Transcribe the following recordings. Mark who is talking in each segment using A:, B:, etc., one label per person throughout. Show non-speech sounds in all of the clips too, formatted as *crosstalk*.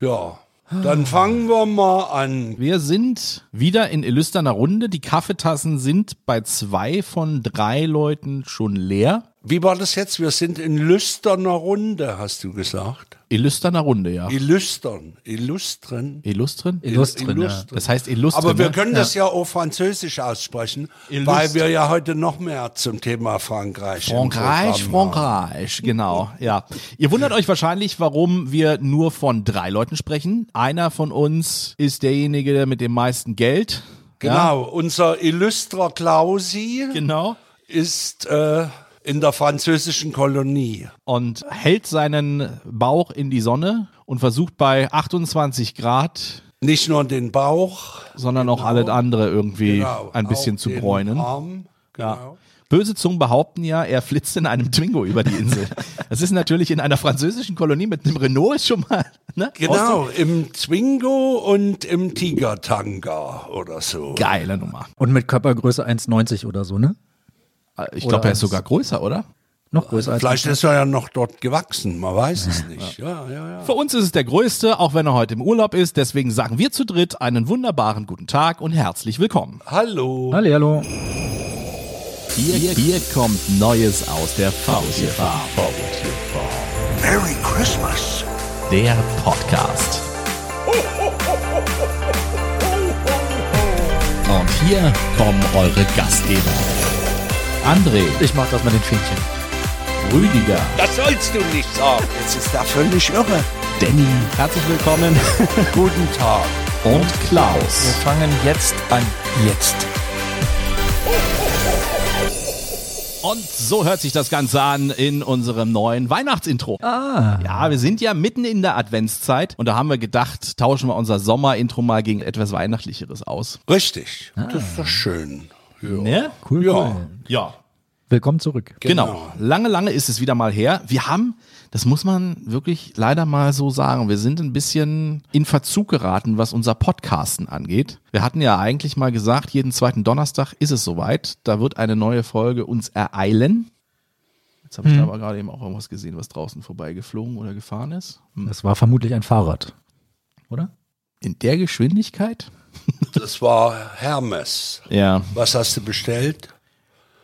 A: Ja, dann fangen wir mal an.
B: Wir sind wieder in illüsterner Runde. Die Kaffeetassen sind bei zwei von drei Leuten schon leer.
A: Wie war das jetzt? Wir sind in lüsterner Runde, hast du gesagt.
B: Illüsterner Runde, ja.
A: Illüstern, illustren.
B: Illustren?
C: Illustrin, ja.
A: Illustren.
B: Das heißt Illustren.
A: Aber wir
B: ne?
A: können das ja auf Französisch aussprechen,
B: Illustren.
A: weil wir ja heute noch mehr zum Thema Frankreich. im
B: Frankreich,
A: Programm haben.
B: Frankreich, genau, ja. Ihr wundert euch wahrscheinlich, warum wir nur von drei Leuten sprechen. Einer von uns ist derjenige der mit dem meisten Geld. Ja,
A: Genau, unser illustrer Klausi
B: genau.
A: ist äh, in der französischen Kolonie.
B: Und hält seinen Bauch in die Sonne und versucht bei 28 Grad,
A: Nicht nur den Bauch,
B: sondern auch alles andere irgendwie
A: genau,
B: ein bisschen
A: auch
B: zu
A: den
B: bräunen.
A: Arm, genau.
B: Böse Zungen behaupten ja, er flitzt in einem Twingo über die
A: *laughs*
B: Insel. Das ist natürlich in einer französischen Kolonie mit einem Renault ist schon mal. Ne? Ausdruck-
A: Genau, im Zwingo und im Tigertanga oder so.
B: Geile Nummer.
C: Und mit Körpergröße 1,90 oder so, ne?
B: Ich
C: Oder
B: glaube, er ist
C: eins.
B: sogar größer, oder?
C: Noch größer als
A: Vielleicht ist er ja noch dort gewachsen, man weiß es nicht. Ja, ja, ja.
B: Für uns ist es der größte, auch wenn er heute im Urlaub ist. Deswegen sagen wir zu dritt einen wunderbaren guten Tag und herzlich willkommen.
A: Hallo.
C: Hallihallo.
B: Hier, hier kommt Neues aus der Faultierfarm.
D: Merry Christmas.
B: Der Podcast. Und hier kommen eure Gastgeber. André,
C: Ich mach das mit den Fähnchen.
B: Rüdiger,
A: Das sollst du nicht sagen. Jetzt ist da völlig irre.
B: Danny. Herzlich willkommen.
A: *laughs* Guten Tag.
B: Und Klaus.
C: fangen jetzt an. Jetzt.
B: Und so hört sich das Ganze an in unserem neuen Weihnachtsintro. Ah. Ja, wir sind ja mitten in der Adventszeit und da haben wir gedacht, tauschen wir unser Sommerintro mal gegen etwas Weihnachtlicheres aus.
A: Richtig.
B: Ah.
A: Das ist doch schön. Ja.
B: Ne?
C: Cool,
A: Ja.
C: cool.
B: Ja.
C: Willkommen zurück.
B: Genau.
A: Genau.
B: Lange, lange ist es wieder mal her. Wir haben, das muss man wirklich leider mal so sagen, wir sind ein bisschen in Verzug geraten, was unser Podcasten angeht. Wir hatten ja eigentlich mal gesagt, jeden zweiten Donnerstag ist es soweit. Da wird eine neue Folge uns ereilen. Jetzt habe ich da aber gerade eben auch irgendwas gesehen, was draußen vorbeigeflogen oder gefahren ist. Hm.
C: Das war vermutlich ein Fahrrad. Oder?
B: In der Geschwindigkeit?
A: Das war Hermes.
B: Ja.
A: Was hast du bestellt?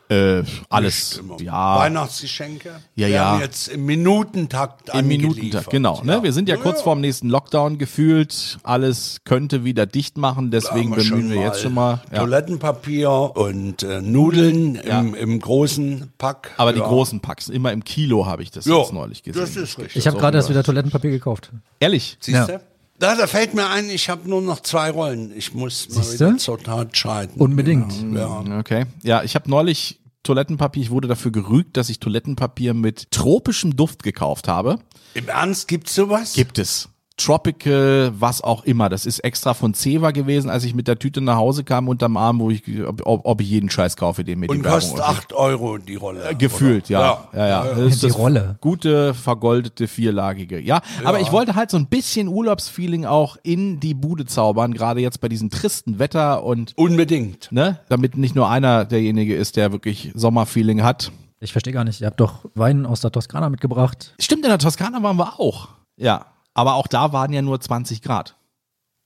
B: Äh, alles.
A: Immer
B: Ja.
A: Weihnachtsgeschenke?
B: Ja,
A: Wir
B: ja.
A: haben jetzt im Minutentakt
B: Im
A: angeliefert.
B: Minutentakt, genau. Ne? Wir sind ja kurz vorm nächsten Lockdown gefühlt. Alles könnte wieder dicht machen, deswegen
A: Haben schon
B: bemühen wir
A: mal
B: jetzt schon mal. Ja.
A: Toilettenpapier und äh, Nudeln im, im großen Pack.
B: Aber die
A: Ja.
B: großen Packs, immer im Kilo habe ich das
A: Ja,
B: jetzt neulich gesehen.
A: das ist richtig.
C: Ich habe
B: auch
C: gerade erst
B: über-
C: wieder Toilettenpapier gekauft.
B: Ehrlich,
A: Siehst
C: Ja.
A: du? Da, da fällt mir ein, ich habe nur noch zwei Rollen. Ich muss mal
C: Siehste?
A: wieder zur Tat scheiden. Genau.
C: Unbedingt.
A: Ja.
B: okay. Ja, ich habe neulich Toilettenpapier, ich wurde dafür gerügt, dass ich Toilettenpapier mit tropischem Duft gekauft habe.
A: Im Ernst, gibt's sowas?
B: Gibt es. Tropical, was auch immer. Das ist extra von Ceva gewesen, als ich mit der Tüte nach Hause kam unterm Arm, wo ich, ob, ob ich jeden Scheiß kaufe, den mir
A: und
B: die Werbung
A: kostet 8 Euro die Rolle.
B: Gefühlt, ja.
A: Ja.
B: Ja, ja. Das ist
C: Die
B: das
C: Rolle.
B: Gute, vergoldete, vierlagige. Ja, aber ich wollte halt so ein bisschen Urlaubsfeeling auch in die Bude zaubern, gerade jetzt bei diesem tristen Wetter und,
A: Unbedingt.
B: ne, damit nicht nur einer derjenige ist, der wirklich Sommerfeeling hat.
C: Ich verstehe gar nicht. Ihr habt doch Wein aus der Toskana mitgebracht.
B: Stimmt, in der Toskana waren wir auch. Ja. Aber auch da waren ja nur 20 Grad.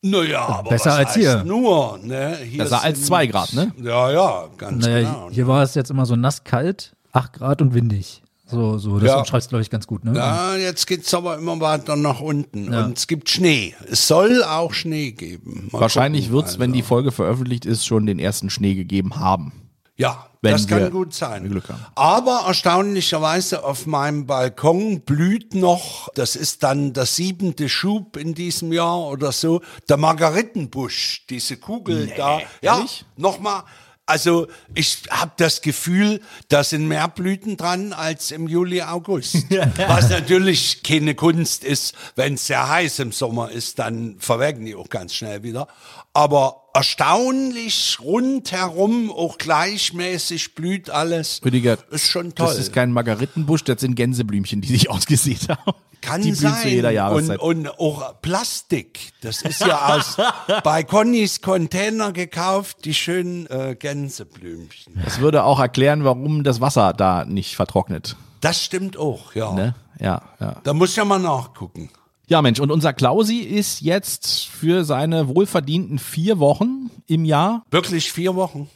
A: Naja, aber
C: Besser
A: was
C: als
A: heißt
C: hier.
A: Nur, ne? Hier
B: Besser als
A: sind-
B: zwei Grad, ne?
A: Ja, ja, ganz
C: Naja,
A: genau.
C: hier war es jetzt immer so nass kalt, 8 Grad und windig. So, so. Das
A: Ja.
C: umschreibst du, glaube ich, ganz gut, ne?
A: Ja, jetzt geht's aber immer weiter nach unten. Und es gibt Schnee. Es soll auch Schnee geben. Mal
B: Wahrscheinlich
A: gucken,
B: wird's, wenn die Folge veröffentlicht ist, schon den ersten Schnee gegeben haben.
A: Also, Ja,
B: Wenn
A: das kann
B: wir
A: gut sein.
B: Glück haben.
A: Aber erstaunlicherweise auf meinem Balkon blüht noch, das ist dann das siebente Schub in diesem Jahr oder so, der Margaritenbusch, diese Kugel da. Ja,
B: ehrlich?
A: nochmal. Also ich habe das Gefühl, da sind mehr Blüten dran als im Juli, August. Was natürlich keine Kunst ist, wenn es sehr heiß im Sommer ist, dann verwelken die auch ganz schnell wieder. Aber erstaunlich rundherum auch gleichmäßig blüht alles.
B: Rüdiger,
A: ist schon toll.
B: Das ist kein Margaritenbusch, das sind Gänseblümchen, die sich *laughs* ausgesät haben.
A: Kann
B: die blühen
A: sein.
B: zu jeder Jahreszeit.
A: Und, und auch Plastik. Das ist ja
B: *laughs*
A: aus bei Connys Container gekauft, die schönen äh, Gänseblümchen.
B: Das würde auch erklären, warum das Wasser da nicht vertrocknet.
A: Das stimmt auch, ja.
B: Ne? Ja, ja.
A: Da muss ja mal nachgucken.
B: Ja, Mensch, und unser Klausi ist jetzt für seine wohlverdienten vier Wochen im Jahr.
A: Wirklich vier Wochen.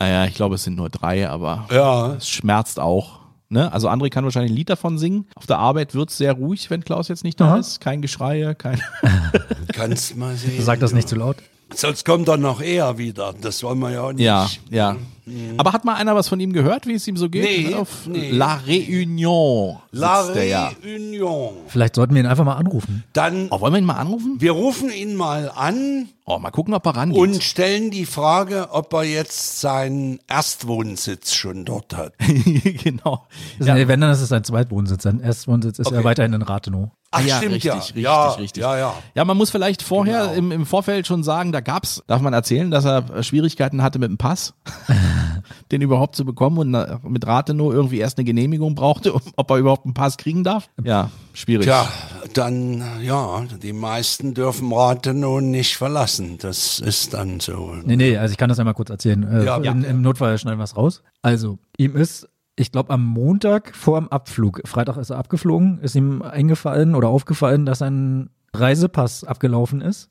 B: Naja, ich glaube, es sind nur drei, aber
A: Ja.
B: es schmerzt auch. Ne? Also André kann wahrscheinlich ein Lied davon singen. Auf der Arbeit wird es sehr ruhig, wenn Klaus jetzt nicht da
C: Aha.
B: ist. Kein Geschreie, kein.
A: Kannst mal sehen.
C: Sag das nicht zu laut.
A: Sonst kommt er noch eher wieder. Das wollen wir ja auch nicht.
B: Ja, ja. Aber hat mal einer was von ihm gehört, wie es ihm so geht?
A: Nee,
B: Auf
A: nee.
B: La Réunion.
A: La
B: sitzt der ja.
A: Réunion.
C: Vielleicht sollten wir ihn einfach mal anrufen.
A: Dann,
B: Oh, wollen wir ihn mal anrufen?
A: wir rufen ihn mal an
B: Oh, mal gucken, ob er rangeht.
A: und stellen die Frage, ob er jetzt seinen Erstwohnsitz schon dort hat.
B: *laughs* genau. Ja.
C: Nee, wenn, dann ist es sein Zweitwohnsitz. Sein Erstwohnsitz ist ja weiterhin in Rathenow.
A: Ach,
B: Ah ja,
A: stimmt
B: richtig,
A: Ah ja.
B: richtig,
A: ja,
B: richtig.
A: Ja, ja. Genau.
B: Ja, man muss vielleicht vorher im, im Vorfeld schon sagen, da gab's, darf man erzählen, dass er äh, Schwierigkeiten hatte mit
A: *laughs*
B: dem Pass, den überhaupt zu bekommen und äh, mit Rathenow irgendwie erst eine Genehmigung brauchte, um- ob er überhaupt einen Pass kriegen darf. Ja, schwierig.
A: Tja, dann, ja, die meisten dürfen Rathenow nicht verlassen. Das ist dann so.
C: Nee, nee, also ich kann das einmal kurz erzählen. Äh,
A: Ja,
C: in, Im Notfall schneiden wir es raus. Also, ihm ist, ich glaube, am Montag vor dem Abflug, Freitag ist er abgeflogen, ist ihm eingefallen oder aufgefallen, dass sein Reisepass abgelaufen ist.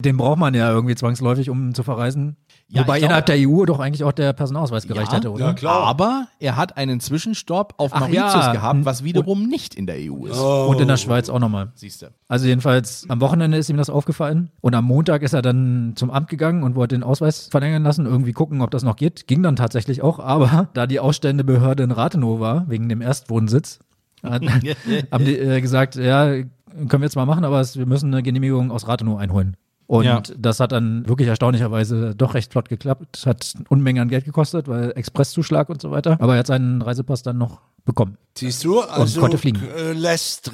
C: Den braucht man ja irgendwie zwangsläufig, um zu verreisen.
B: Ja,
C: Wobei
B: ich glaub-
C: innerhalb der EU doch eigentlich auch der Personalausweis gereicht hätte, oder?
B: Aber er hat einen Zwischenstopp auf
C: Ach
B: Mauritius
C: ja.
B: gehabt,
A: Hm.
B: was wiederum nicht in der EU ist.
C: Und in der Schweiz auch nochmal.
B: Siehst du.
C: Also jedenfalls am Wochenende ist ihm das aufgefallen und am Montag ist er dann zum Amt gegangen und wollte den Ausweis verlängern lassen, irgendwie gucken, ob das noch geht. Ging dann tatsächlich auch, aber *laughs* da die ausstellende Behörde in Rathenow war, wegen dem Erstwohnsitz, hat- haben die äh, gesagt, ja, können wir jetzt mal machen, aber es, wir müssen eine Genehmigung aus Rathenow einholen. Und
B: Ja.
C: das hat dann wirklich erstaunlicherweise doch recht flott geklappt. Hat Unmengen an Geld gekostet, weil Expresszuschlag und so weiter. Aber er hat seinen Reisepass dann noch bekommen.
A: Siehst du, also
C: konnte fliegen.
A: äh, lässt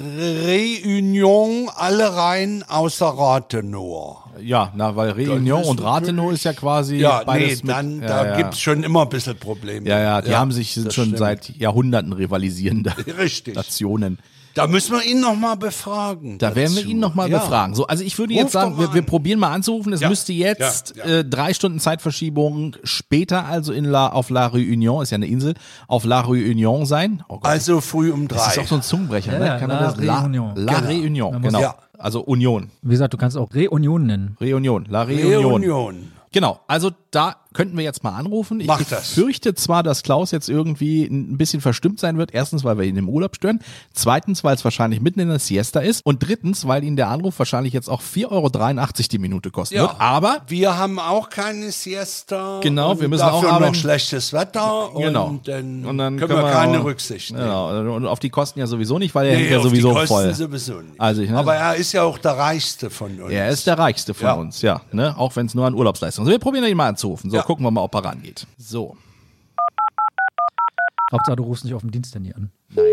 A: Réunion alle rein außer Rathenow.
B: Ja, na, weil Réunion
A: ist
B: und Rathenow
A: natürlich-
B: ist ja quasi
A: Ja, nee,
B: beides mit,
A: dann,
B: ja,
A: da
B: ja.
A: gibt's schon immer ein bisschen Probleme.
B: Ja, ja, die haben sich
A: das
B: sind schon
A: stimmt.
B: seit Jahrhunderten rivalisierende
A: *laughs* Richtig.
B: Nationen.
A: Da müssen wir ihn nochmal befragen.
B: Da werden wir
A: dazu.
B: ihn nochmal
A: Ja.
B: mal befragen. So, also ich würde
A: Ruf
B: jetzt sagen,
A: doch
B: wir,
A: an.
B: wir probieren mal anzurufen. Es
A: Ja,
B: müsste jetzt
A: ja, ja.
B: Äh, drei Stunden Zeitverschiebung später, also in La, auf La Réunion, ist ja eine Insel, auf La Réunion sein. Oh Gott,
A: Also früh um drei.
B: das ist auch so ein Zungenbrecher,
C: Ja,
B: ne?
C: ja,
B: Kann
C: La
B: man das- La
C: Réunion.
B: La
A: Genau.
B: Réunion,
C: Man muss-
B: genau.
A: Ja.
B: Also Union.
C: Wie gesagt, du kannst auch Reunion nennen.
B: Réunion, La Réunion.
A: Reunion.
B: Genau, also da könnten wir jetzt mal anrufen. Ich
A: Mach das.
B: fürchte zwar, dass Klaus jetzt irgendwie ein bisschen verstimmt sein wird. Erstens, weil wir ihn im Urlaub stören. Zweitens, weil es wahrscheinlich mitten in der Siesta ist. Und drittens, weil ihn der Anruf wahrscheinlich jetzt auch 4,83 Euro die Minute kosten
A: Ja.
B: wird. Aber
A: Wir haben auch keine Siesta.
B: Genau,
A: und
B: wir müssen
A: dafür
B: auch
A: noch
B: arbeiten.
A: schlechtes Wetter.
B: genau.
A: Und dann,
B: Und
A: können, wir keine Rücksicht nehmen.
B: Genau. Und auf die Kosten ja sowieso nicht, weil er
A: Nee,
B: hängt ja
A: auf die
B: sowieso
A: Kosten
B: voll.
A: sowieso nicht.
B: Also, ne?
A: Aber er ist ja auch der Reichste von uns.
B: er ist der reichste von
A: Ja.
B: uns, ja. Ne? Auch wenn es nur an Urlaubsleistung ist. Wir probieren ihn mal anzurufen. So,
A: Ja.
B: gucken wir mal, ob er rangeht. So.
C: Hauptsache, du rufst nicht auf dem Diensthandy an.
B: Nein.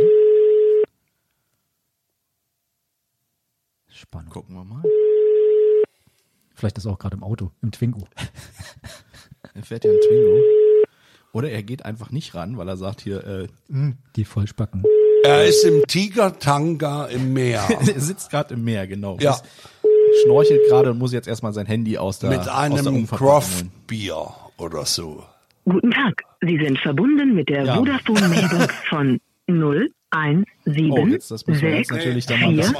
C: Spannend.
B: Gucken wir mal.
C: Vielleicht ist er auch gerade im Auto, im Twingo.
B: Er fährt ja ein Twingo. Oder er geht einfach nicht ran, weil er sagt hier, äh, *laughs*
C: Die Vollspacken.
A: er ist im Tiger-Tanga im Meer.
B: *laughs* er sitzt gerade im Meer, genau.
A: Ja.
B: Ist- Schnorchelt gerade und muss jetzt erstmal sein Handy aus der
A: mit
B: aus der
A: einem
B: Umverpackung holen.
A: Craft-Bier oder so.
E: Guten Tag, Sie sind verbunden mit der
B: Ja. *laughs*
E: Vodafone Mailbox von 017
B: Oh, jetzt, das müssen wir jetzt natürlich dann mal das
E: vier.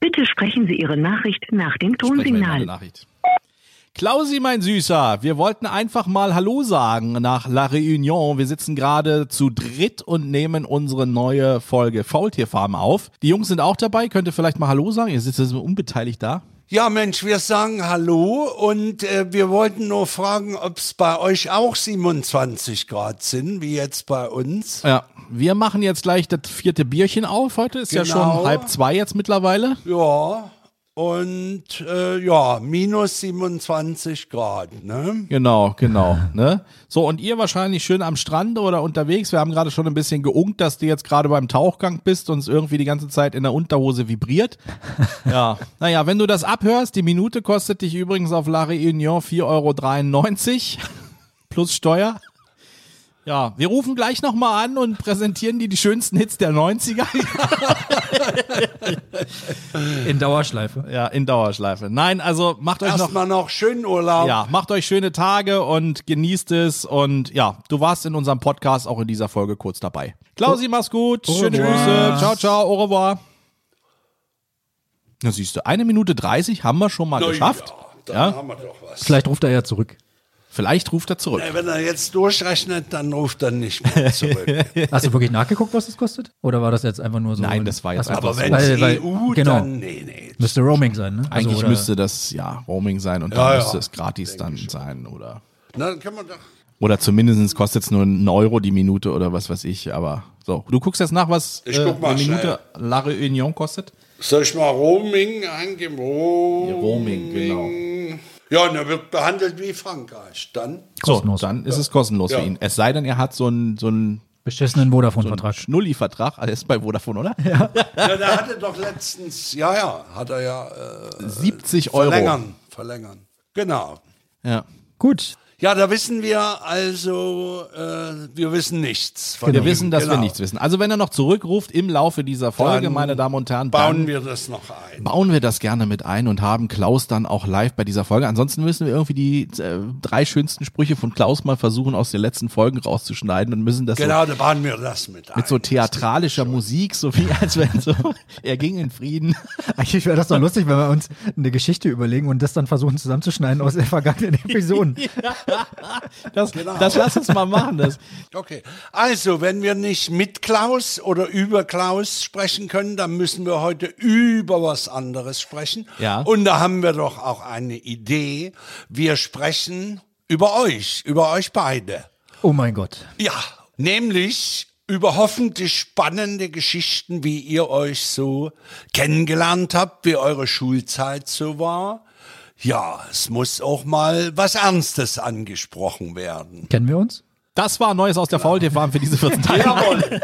E: Bitte sprechen Sie Ihre Nachricht nach dem
B: sprechen wir in eine
E: Tonsignal.
B: Nachricht. Klausi, mein Süßer, wir wollten einfach mal Hallo sagen nach La Réunion. Wir sitzen gerade zu dritt und nehmen unsere neue Folge Faultierfarm auf. Die Jungs sind auch dabei, könnt ihr vielleicht mal Hallo sagen. Ihr sitzt jetzt unbeteiligt da.
A: Ja, Mensch, wir sagen Hallo und äh, wir wollten nur fragen, ob es bei euch auch 27 Grad sind, wie jetzt bei uns.
B: Ja, wir machen jetzt gleich das vierte Bierchen auf. Heute ist ja
A: Genau.
B: schon halb zwei jetzt mittlerweile.
A: Ja, und äh, ja, minus 27 Grad, ne?
B: Genau, genau. ne? So, und ihr wahrscheinlich schön am Strand oder unterwegs. Wir haben gerade schon ein bisschen geunkt, dass du jetzt gerade beim Tauchgang bist und es irgendwie die ganze Zeit in der Unterhose *laughs* vibriert. Ja. Naja, wenn du das abhörst, die Minute kostet dich übrigens auf La Réunion 4,93 Euro *laughs* plus Steuer. Ja, wir rufen gleich nochmal an und präsentieren dir die schönsten Hits der 90er.
C: In Dauerschleife.
B: Ja, in Dauerschleife. Nein, also macht euch noch
A: Erstmal noch schönen Urlaub.
B: Ja, macht euch schöne Tage und genießt es. Und ja, du warst in unserem Podcast auch in dieser Folge kurz dabei. Klausi, mach's gut. Schöne Grüße. Ciao, ciao. Au revoir. Na siehst du, eine Minute 30 haben wir schon mal
A: Na
B: geschafft.
A: Ja,
B: Ja,
A: dann haben wir doch was.
C: Vielleicht ruft er ja *laughs* zurück.
B: Vielleicht ruft er zurück.
A: Ey, Wenn er jetzt durchrechnet, dann ruft er nicht
B: *laughs*
A: mehr zurück.
C: Hast du wirklich nachgeguckt, was das kostet? Oder war das jetzt einfach nur so?
B: Nein, das war jetzt
C: Ach
B: einfach
C: so,
A: Aber
B: so.
A: wenn
C: Weil-
A: es
C: weil-
A: EU,
C: genau.
A: dann nee, nee.
C: Müsste Roaming sein, ne?
B: Eigentlich
C: oder-
B: müsste das ja Roaming sein und
A: Ja,
B: dann
A: ja.
B: müsste es gratis dann sein oder
A: Na, dann können wir doch.
B: oder zumindest kostet es nur einen Euro die Minute oder was weiß ich. Aber so, du guckst jetzt nach, was äh,
A: Ich guck mal
B: eine Minute La Réunion kostet.
A: Soll ich mal Roaming eingeben? Roaming.
B: Roaming, genau.
A: Ja, und er wird behandelt wie Frankreich. Dann.
B: *laughs*
C: Kostenlos.
B: So, dann ist es kostenlos
A: Ja.
B: für ihn. Es sei denn, er hat so einen so einen
C: Beschissenen Vodafone-Vertrag.
B: Schnulli-Vertrag. Also er ist bei Vodafone, oder?
A: Ja, der hatte doch letztens, ja, ja, hat er ja äh,
B: 70 Euro.
A: verlängern. Verlängern. Genau.
B: Ja.
C: Gut.
A: Ja, da wissen wir also, äh, wir wissen nichts. Von
B: Wir
A: ihm.
B: wissen, dass wir
A: Genau.
B: nichts wissen. Also wenn er noch zurückruft im Laufe dieser Folge,
A: Dann
B: meine Damen und Herren, dann
A: Bauen wir das noch ein.
B: bauen wir das gerne mit ein und haben Klaus dann auch live bei dieser Folge. Ansonsten müssen wir irgendwie die äh, drei schönsten Sprüche von Klaus mal versuchen, aus den letzten Folgen rauszuschneiden und müssen das
A: Genau, da bauen wir das mit ein.
B: so mit so theatralischer Musik, so wie als wenn so, *laughs* er ging in Frieden.
C: Eigentlich wäre das doch lustig, wenn wir uns eine Geschichte überlegen und das dann versuchen zusammenzuschneiden aus den vergangenen Episoden.
B: Das, das lass uns mal machen. Das,
A: Okay, also wenn wir nicht mit Klaus oder über Klaus sprechen können, dann müssen wir heute über was anderes sprechen.
B: Ja.
A: Und da haben wir doch auch eine Idee. Wir sprechen über euch, über euch beide.
C: *laughs* Oh mein Gott.
A: Ja, nämlich über hoffentlich spannende Geschichten, wie ihr euch so kennengelernt habt, wie eure Schulzeit so war. Ja, es muss auch mal was Ernstes angesprochen werden.
C: Kennen wir uns?
B: das war Neues aus der
C: Genau.
B: VLT Farm für diese 14 Tage. *laughs*
A: Jawohl.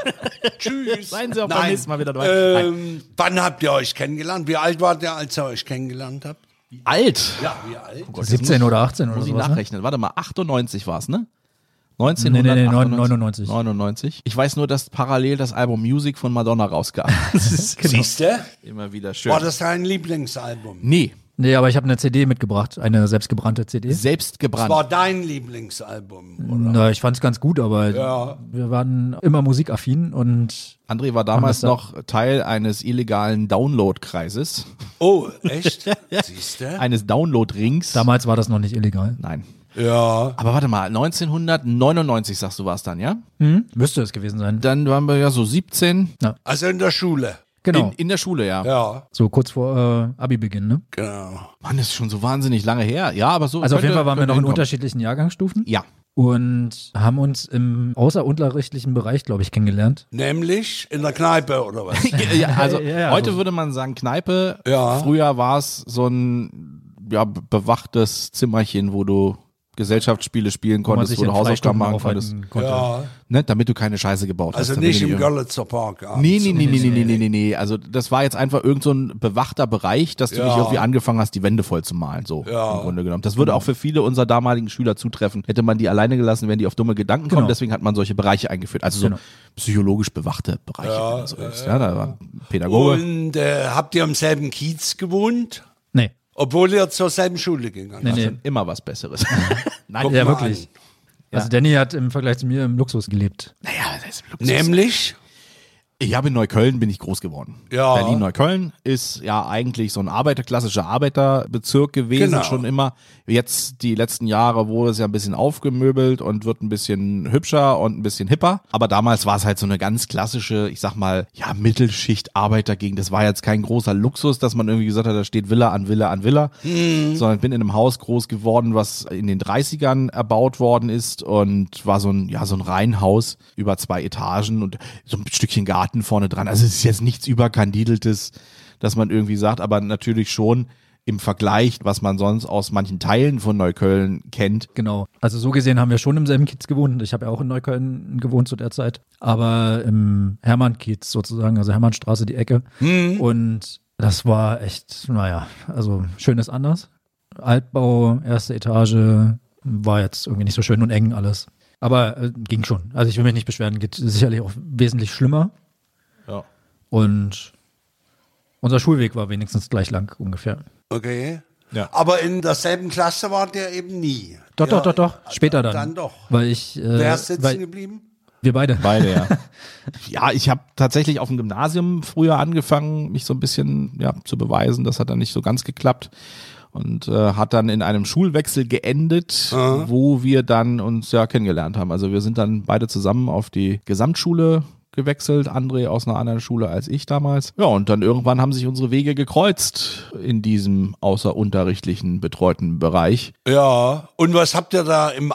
A: Tschüss.
B: Seien Sie auch beim
A: Nein.
B: nächsten Mal wieder dabei.
C: Äh,
B: Nein.
A: Ähm, wann habt ihr euch kennengelernt? Wie alt wart ihr, als ihr euch kennengelernt habt?
B: Alt.
A: Ja, wie alt?
B: Oh Gott, jetzt
C: 17
B: muss-
C: oder 18 oder
B: Muss ich
C: sowas, *laughs* ne?
B: nachrechnen. Warte mal, 98 war es, ne?
C: nee,
B: 1999.
C: 99.
B: 99. Ich weiß nur, dass parallel das Album Music von Madonna
C: *laughs*
B: rauskam. Das ist
C: genau-
A: Siehst du?
B: immer wieder schön.
A: War das dein Lieblingsalbum?
B: nee,
C: Nee, aber ich habe eine CD mitgebracht. Eine selbstgebrannte CD.
B: selbst gebrannt.
A: War dein Lieblingsalbum? Oder?
C: Na, ich fand's ganz gut, aber wir waren immer musikaffin und
B: André war damals
C: Haben
B: noch Teil eines illegalen Download-Kreises,
A: Oh,
B: *laughs*
A: echt? Siehst du?
B: eines Download-Rings.
C: damals war das noch nicht illegal.
B: Nein.
A: Ja.
B: Aber warte mal, 1999 sagst du warst dann, ja?
C: Müsste es gewesen sein.
B: Dann waren wir ja so 17.
A: Also in der Schule.
C: Genau.
B: In, in der Schule, ja.
A: Ja,
C: so kurz vor äh, Abi-Beginn, ne?
A: genau.
B: Mann, das ist schon so wahnsinnig lange her. Ja, aber so.
C: Also auf jeden
B: könnte-
C: Fall waren wir
B: könnte
C: noch in
B: hinkommen.
C: unterschiedlichen Jahrgangsstufen
B: Ja. *laughs*
C: und haben uns im außerunterrichtlichen Bereich, glaube ich, kennengelernt.
A: Nämlich in der Kneipe oder
C: *laughs*
A: was?
B: ja, also
C: Ja, ja,
B: heute
C: so.
B: würde man sagen Kneipe.
A: Ja.
B: Früher war es so ein ja, be- bewachtes Zimmerchen, wo du Gesellschaftsspiele spielen
C: wo man
B: konntest,
C: sich
B: wo du
C: in
B: Hausaufgaben
C: Freistunden
B: machen konntest.
C: aufhalten konnte.
A: Ja.
B: Ne, damit du keine Scheiße gebaut hast.
A: Also
B: damit
A: nicht
B: du
A: im
B: die-
A: Görlitzer Park. abends.
B: Nee, nee, nee, nee, nee, nee, nee, nee, nee. Also das war jetzt einfach irgend so ein bewachter Bereich, dass du
A: Ja.
B: dich irgendwie angefangen hast, die Wände voll zu malen, so
A: Ja.
B: im Grunde genommen. Das würde auch für viele unserer damaligen Schüler zutreffen. Hätte man die alleine gelassen, wären die auf dumme Gedanken kommen,
C: Genau.
B: deswegen hat man solche Bereiche eingeführt. Also so
C: Genau.
B: psychologisch bewachte Bereiche. wenn du so willst. ja, da war ein Pädagoge.
A: Und äh, habt ihr im selben Kiez gewohnt?
C: Nee.
A: Obwohl ihr zur selben Schule gegangen
C: Nee,
A: seid?
C: nee.
B: schon immer was Besseres. Nein,
A: Guck
C: Ja,
A: mal
C: wirklich.
A: an.
C: Also Danny hat im Vergleich zu mir im Luxus gelebt.
B: naja, das ist Luxus.
A: Nämlich?
B: Ich habe in Neukölln bin ich groß geworden.
A: Ja.
B: Berlin-Neukölln ist ja eigentlich so ein Arbeiter, klassischer Arbeiterbezirk gewesen,
A: Genau.
B: schon immer. Jetzt die letzten Jahre wurde es ja ein bisschen aufgemöbelt und wird ein bisschen hübscher und ein bisschen hipper. Aber damals war es halt so eine ganz klassische, ich sag mal, ja, Mittelschicht-Arbeitergegend. Das war jetzt kein großer Luxus, dass man irgendwie gesagt hat, da steht Villa an Villa an Villa, sondern ich bin in einem Haus groß geworden, was in den 30ern erbaut worden ist und war so ein, ja, so ein Reihenhaus über zwei Etagen und so ein Stückchen Garten vorne dran. Also es ist jetzt nichts überkandideltes, dass man irgendwie sagt, aber natürlich schon im Vergleich, was man sonst aus manchen Teilen von Neukölln kennt.
C: Genau. Also so gesehen haben wir schon im selben Kiez gewohnt. Ich habe ja auch in Neukölln gewohnt zu der Zeit. Aber im Hermann-Kiez sozusagen, also Hermannstraße die Ecke.
A: Mhm.
C: Und das war echt, naja, also schön ist anders. Altbau, erste Etage, war jetzt irgendwie nicht so schön und eng alles. Aber äh, ging schon. Also ich will mich nicht beschweren, geht sicherlich auch wesentlich schlimmer.
B: Ja.
C: Und unser Schulweg war wenigstens gleich lang ungefähr.
A: Okay.
B: Ja.
A: Aber in derselben Klasse wart ihr eben nie.
C: Doch,
A: Ja,
C: doch, doch, doch. Später dann.
A: Dann doch.
C: Weil ich. Äh,
A: Wer ist sitzen
C: weil,
A: geblieben?
C: Wir beide.
B: *laughs* Beide, ja. ja, ich habe tatsächlich auf dem Gymnasium früher angefangen, mich so ein bisschen ja, zu beweisen. Das hat dann nicht so ganz geklappt. Und äh, hat dann in einem Schulwechsel geendet, wo wir dann uns ja kennengelernt haben. Also wir sind dann beide zusammen auf die Gesamtschule gewechselt, André aus einer anderen Schule als ich damals. Ja, und dann irgendwann haben sich unsere Wege gekreuzt in diesem außerunterrichtlichen betreuten Bereich.
A: Ja, und was habt ihr da im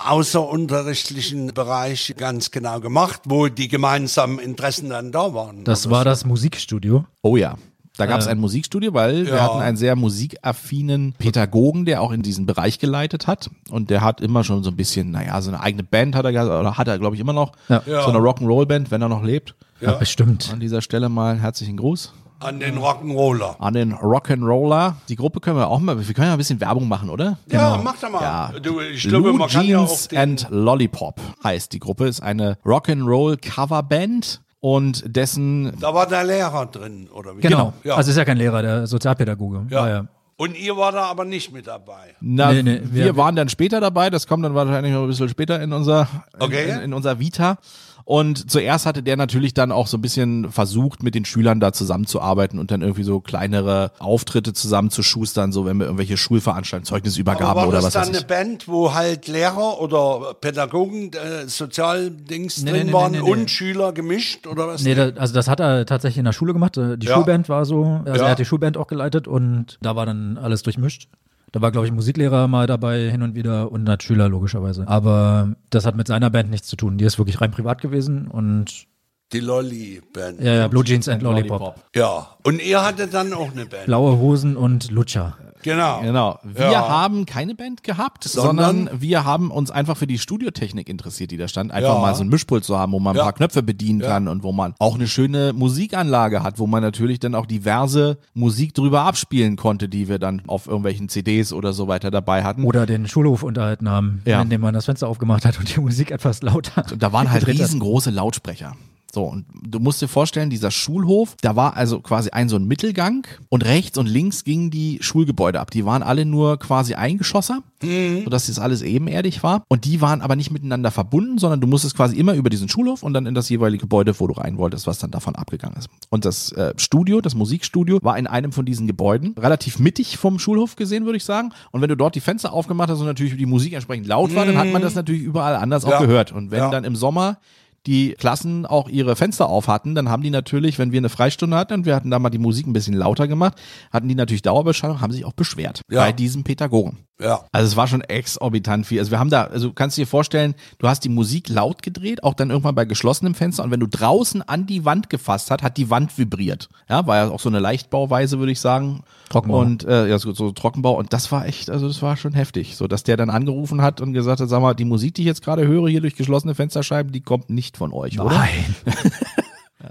A: außerunterrichtlichen Bereich ganz genau gemacht, wo die gemeinsamen Interessen dann da waren? Also
C: Das war das Musikstudio.
B: Oh ja. Da gab es ein Musikstudio, weil wir
A: ja.
B: hatten einen sehr musikaffinen Pädagogen, der auch in diesen Bereich geleitet hat. Und der hat immer schon so ein bisschen, naja, so eine eigene Band hat er, gehabt, oder hat er, glaube ich, immer noch.
C: Ja.
A: Ja.
B: So eine Rock'n'Roll-Band, wenn er noch lebt.
C: Ja, bestimmt.
B: An dieser Stelle mal herzlichen Gruß
A: An den Rock'n'Roller.
B: an den Rock'n'Roller. Die Gruppe können wir auch mal, wir können ja ein bisschen Werbung machen, oder?
A: Ja, mach doch mal.
B: Ja.
A: Du, ich glaube,
B: Blue
A: man kann ja auch
B: Jeans
A: den,
B: and Lollipop heißt die Gruppe, ist eine Rock'n'Roll Coverband und dessen
A: Da war der Lehrer drin, oder wie?
C: Genau.
A: Ja.
C: Also ist ja kein Lehrer, der Sozialpädagoge.
A: ja.
C: Ah, ja.
A: Und ihr war da aber nicht mit dabei.
B: na,
C: Nee, nee,
B: wir,
C: wir-
B: waren dann später dabei, das kommt dann wahrscheinlich noch ein bisschen später in unser in,
A: Okay.
B: in, in unser Vita. Und zuerst hatte der natürlich dann auch so ein bisschen versucht, mit den Schülern da zusammenzuarbeiten und dann irgendwie so kleinere Auftritte zusammenzuschustern, so wenn wir irgendwelche Schulveranstaltungen, Zeugnisübergaben
A: war
B: oder
A: das
B: was
A: dann
B: weiß
A: eine
B: ich.
A: Band, wo halt Lehrer oder Pädagogen, äh, Sozialdings
C: Nee,
A: drin
C: nee, nee,
A: waren
C: nee, nee.
A: und Schüler gemischt, oder was?
C: Nee, da, also das hat er tatsächlich in der Schule gemacht. Äh, Die
A: Ja.
C: Schulband war so, also
A: Ja.
C: er hat die Schulband auch geleitet und da war dann alles durchmischt. Da war, glaube ich, ein Musiklehrer mal dabei hin und wieder und ein Schüler logischerweise. Aber das hat mit seiner Band nichts zu tun. Die ist wirklich rein privat gewesen und
A: Die Lolli-Band.
C: ja, ja, Blue Jeans and Lollipop.
A: Ja, und ihr hattet dann auch eine Band.
C: Blaue Hosen und Lutscher.
A: Genau.
B: Genau. Wir
A: Ja.
B: haben keine Band gehabt,
A: Sondern-
B: sondern, wir haben uns einfach für die Studiotechnik interessiert, die da stand. Einfach
A: Ja.
B: mal so ein Mischpult zu haben, wo man
A: Ja.
B: ein paar Knöpfe bedienen kann und wo man auch eine schöne Musikanlage hat, wo man natürlich dann auch diverse Musik drüber abspielen konnte, die wir dann auf irgendwelchen CDs oder so weiter dabei hatten.
C: Oder den Schulhof unterhalten haben,
B: Ja.
C: indem man das Fenster aufgemacht hat und die Musik etwas lauter.
B: Und da waren halt
C: gedreht hat.
B: riesengroße Lautsprecher. So, und du musst dir vorstellen, dieser Schulhof, da war also quasi ein so ein Mittelgang und rechts und links gingen die Schulgebäude ab. Die waren alle nur quasi Eingeschosser, sodass das alles ebenerdig war. Und die waren aber nicht miteinander verbunden, sondern du musstest quasi immer über diesen Schulhof und dann in das jeweilige Gebäude, wo du rein wolltest, was dann davon abgegangen ist. Und das äh, Studio, das Musikstudio, war in einem von diesen Gebäuden, relativ mittig vom Schulhof gesehen, würde ich sagen. Und wenn du dort die Fenster aufgemacht hast und natürlich die Musik entsprechend laut war, dann hat man das natürlich überall anders auch
A: Ja.
B: gehört. Und wenn
A: Ja.
B: dann im Sommer die Klassen auch ihre Fenster auf hatten, dann haben die natürlich, wenn wir eine Freistunde hatten und wir hatten da mal die Musik ein bisschen lauter gemacht, hatten die natürlich Dauerbeschallung, haben sich auch beschwert
A: Ja.
B: bei diesem Pädagogen.
A: Ja.
B: Also es war schon exorbitant viel. Also wir haben da, also kannst du dir vorstellen, du hast die Musik laut gedreht, auch dann irgendwann bei geschlossenem Fenster und wenn du draußen an die Wand gefasst hat, hat die Wand vibriert. Ja, war ja auch so eine Leichtbauweise, würde ich sagen.
C: Trockenbau.
B: Und äh, ja, so, so Trockenbau und das war echt, also das war schon heftig, so dass der dann angerufen hat und gesagt hat, sag mal, die Musik, die ich jetzt gerade höre hier durch geschlossene Fensterscheiben, die kommt nicht von euch, oder?
C: Nein.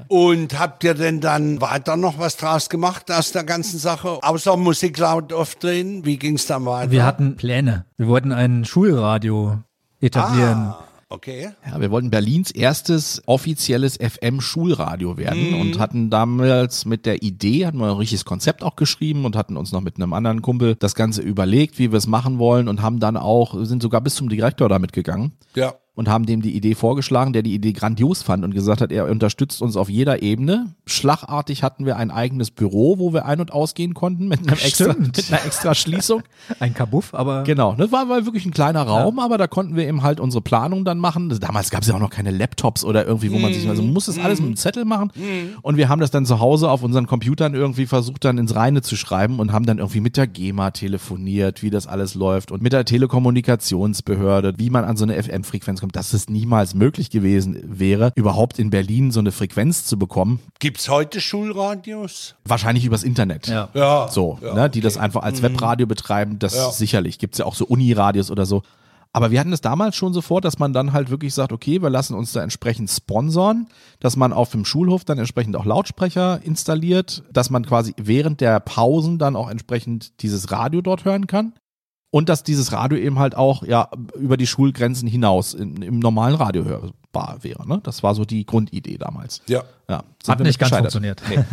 A: Und habt ihr denn dann weiter noch was draus gemacht aus der ganzen Sache? Außer Musik laut aufdrehen? Wie ging's dann weiter?
C: Wir hatten Pläne. Wir wollten ein Schulradio etablieren.
A: ah, okay.
B: Ja, wir wollten Berlins erstes offizielles FM-Schulradio werden und hatten damals mit der Idee, hatten wir ein richtiges Konzept auch geschrieben und hatten uns noch mit einem anderen Kumpel das Ganze überlegt, wie wir es machen wollen und haben dann auch, sind sogar bis zum Direktor damit gegangen
A: Ja.
B: und haben dem die Idee vorgeschlagen, der die Idee grandios fand und gesagt hat, er unterstützt uns auf jeder Ebene. Schlagartig hatten wir ein eigenes Büro, wo wir ein- und ausgehen konnten mit, einem extra,
C: Stimmt.
B: mit einer extra Schließung.
C: Ein Kabuff, aber
B: Genau, das war, war wirklich ein kleiner Raum, aber da konnten wir eben halt unsere Planung dann machen. Das- Damals gab es ja auch noch keine Laptops oder irgendwie, wo man sich, also man musste es alles mit einem Zettel machen. Und wir haben das dann zu Hause auf unseren Computern irgendwie versucht, dann ins Reine zu schreiben und haben dann irgendwie mit der GEMA telefoniert, wie das alles läuft und mit der Telekommunikationsbehörde, wie man an so eine FM-Frequenz kommt, dass es niemals möglich gewesen wäre, überhaupt in Berlin so eine Frequenz zu bekommen.
A: Gibt's heute Schulradios?
B: Wahrscheinlich übers Internet.
C: Ja. Mhm.
A: Ja.
B: So, ne, die das einfach als Webradio betreiben, das
A: Ja.
B: sicherlich. Gibt es ja auch so Uniradios oder so. Aber wir hatten es damals schon so vor, dass man dann halt wirklich sagt, okay, wir lassen uns da entsprechend sponsoren, dass man auf dem Schulhof dann entsprechend auch Lautsprecher installiert, dass man quasi während der Pausen dann auch entsprechend dieses Radio dort hören kann. Und dass dieses Radio eben halt auch ja über die Schulgrenzen hinaus in, im normalen Radio hörbar wäre. Ne? Das war so die Grundidee damals.
A: Ja.
B: Ja, sind
C: hat
B: wir
C: nicht
B: mit
C: ganz
B: gescheitert.
C: funktioniert.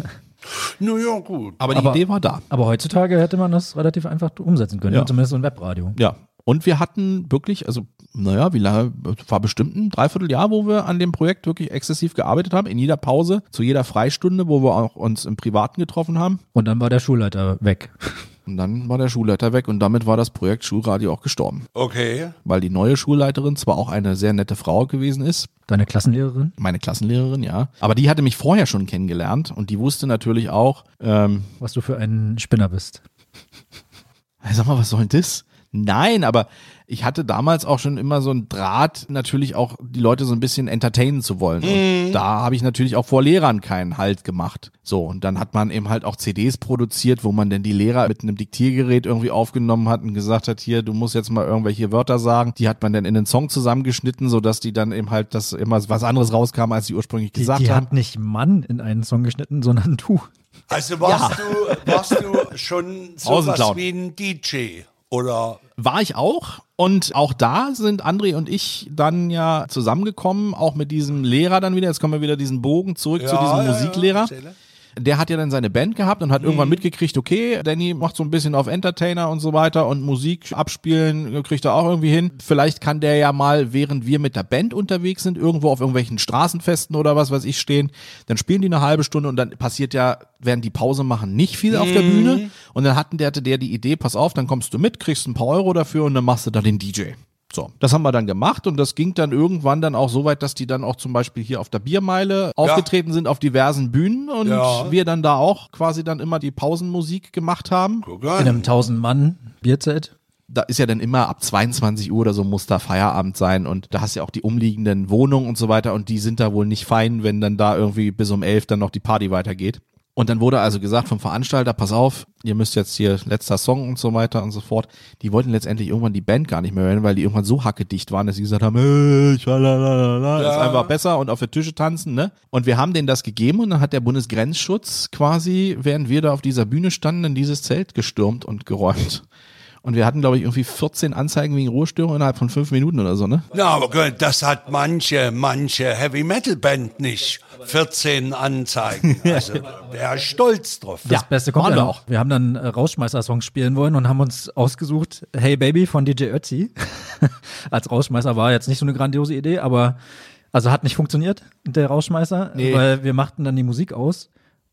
A: Na ja, gut.
B: Aber die
C: *laughs* Aber-
B: Idee war da.
C: Aber heutzutage hätte man das relativ einfach umsetzen können,
B: Ja.
C: ne? zumindest so ein Webradio.
B: Ja. Und wir hatten wirklich, also, naja, wie lange, war bestimmt ein Dreivierteljahr, wo wir an dem Projekt wirklich exzessiv gearbeitet haben, in jeder Pause, zu jeder Freistunde, wo wir auch uns im Privaten getroffen haben.
C: Und dann war der Schulleiter weg.
B: Und dann war der Schulleiter weg und damit war das Projekt Schulradio auch gestorben.
A: Okay.
B: Weil die neue Schulleiterin zwar auch eine sehr nette Frau gewesen ist,
C: Deine Klassenlehrerin?
B: meine Klassenlehrerin, ja, aber die hatte mich vorher schon kennengelernt und die wusste natürlich auch, ähm,
C: Was du für ein Spinner bist.
B: Sag mal, was soll denn das? Nein, aber ich hatte damals auch schon immer so einen Draht, natürlich auch die Leute so ein bisschen entertainen zu wollen. Und
C: Mhm.
B: da habe ich natürlich auch vor Lehrern keinen Halt gemacht. So, und dann hat man eben halt auch CDs produziert, wo man denn die Lehrer mit einem Diktiergerät irgendwie aufgenommen hat und gesagt hat, hier, du musst jetzt mal irgendwelche Wörter sagen. Die hat man dann in den Song zusammengeschnitten, sodass die dann eben halt das immer was anderes rauskam, als sie ursprünglich
C: Die,
B: gesagt
C: die
B: haben.
C: hat nicht Mann in einen Song geschnitten, sondern du.
A: Also warst, du, warst du
B: *laughs*
A: schon sowas
B: Pausenclown.
A: wie ein DJ oder
B: War ich auch. Und auch da sind André und ich dann ja zusammengekommen, auch mit diesem Lehrer dann wieder. Jetzt kommen wir wieder diesen Bogen zurück zu
A: Ja,
B: diesem
A: ja, ja,
B: Musiklehrer.
A: erzähle.
B: der hat ja dann seine Band gehabt und hat irgendwann mitgekriegt, okay, Danny macht so ein bisschen auf Entertainer und so weiter und Musik abspielen äh, kriegt er auch irgendwie hin. Vielleicht kann der ja mal, während wir mit der Band unterwegs sind, irgendwo auf irgendwelchen Straßenfesten oder was weiß ich stehen, dann spielen die eine halbe Stunde und dann passiert ja, während die Pause machen, nicht viel auf der Bühne. Und dann hatten der, hatte der die Idee, pass auf, dann kommst du mit, kriegst ein paar Euro dafür und dann machst du da den DJ. So, das haben wir dann gemacht und das ging dann irgendwann dann auch so weit, dass die dann auch zum Beispiel hier auf der Biermeile aufgetreten sind auf diversen Bühnen und
A: Ja.
B: wir dann da auch quasi dann immer die Pausenmusik gemacht haben.
A: Guck
C: In
A: an.
C: *laughs* einem 1000-Mann-Bierzelt.
B: Da ist ja dann immer ab 22 Uhr oder so muss da Feierabend sein und da hast ja auch die umliegenden Wohnungen und so weiter und die sind da wohl nicht fein, wenn dann da irgendwie bis um 11 dann noch die Party weitergeht. Und dann wurde also gesagt vom Veranstalter, pass auf, ihr müsst jetzt hier letzter Song und so weiter und so fort. Die wollten letztendlich irgendwann die Band gar nicht mehr hören, weil die irgendwann so hackedicht waren, dass sie gesagt haben, äh, schalalala, ist einfach besser und auf der Tische tanzen, ne? Und wir haben denen das gegeben und dann hat der Bundesgrenzschutz quasi, während wir da auf dieser Bühne standen, in dieses Zelt gestürmt und geräumt. Und wir hatten, glaube ich, irgendwie 14 Anzeigen wegen Ruhestörung innerhalb von fünf Minuten oder so, ne?
A: Na, aber gut, das hat manche, manche Heavy Metal Band nicht. 14
B: *laughs*
A: Anzeigen. Also wäre stolz drauf.
C: Das Beste kommt
B: waren
C: ja
B: wir
C: noch. Wir haben dann äh, Rausschmeißer-Songs spielen wollen und haben uns ausgesucht Hey Baby von DJ Ötzi. *laughs* Als Rausschmeißer war jetzt nicht so eine grandiose Idee, aber also hat nicht funktioniert, der Rausschmeißer,
B: Nee.
C: weil wir machten dann die Musik aus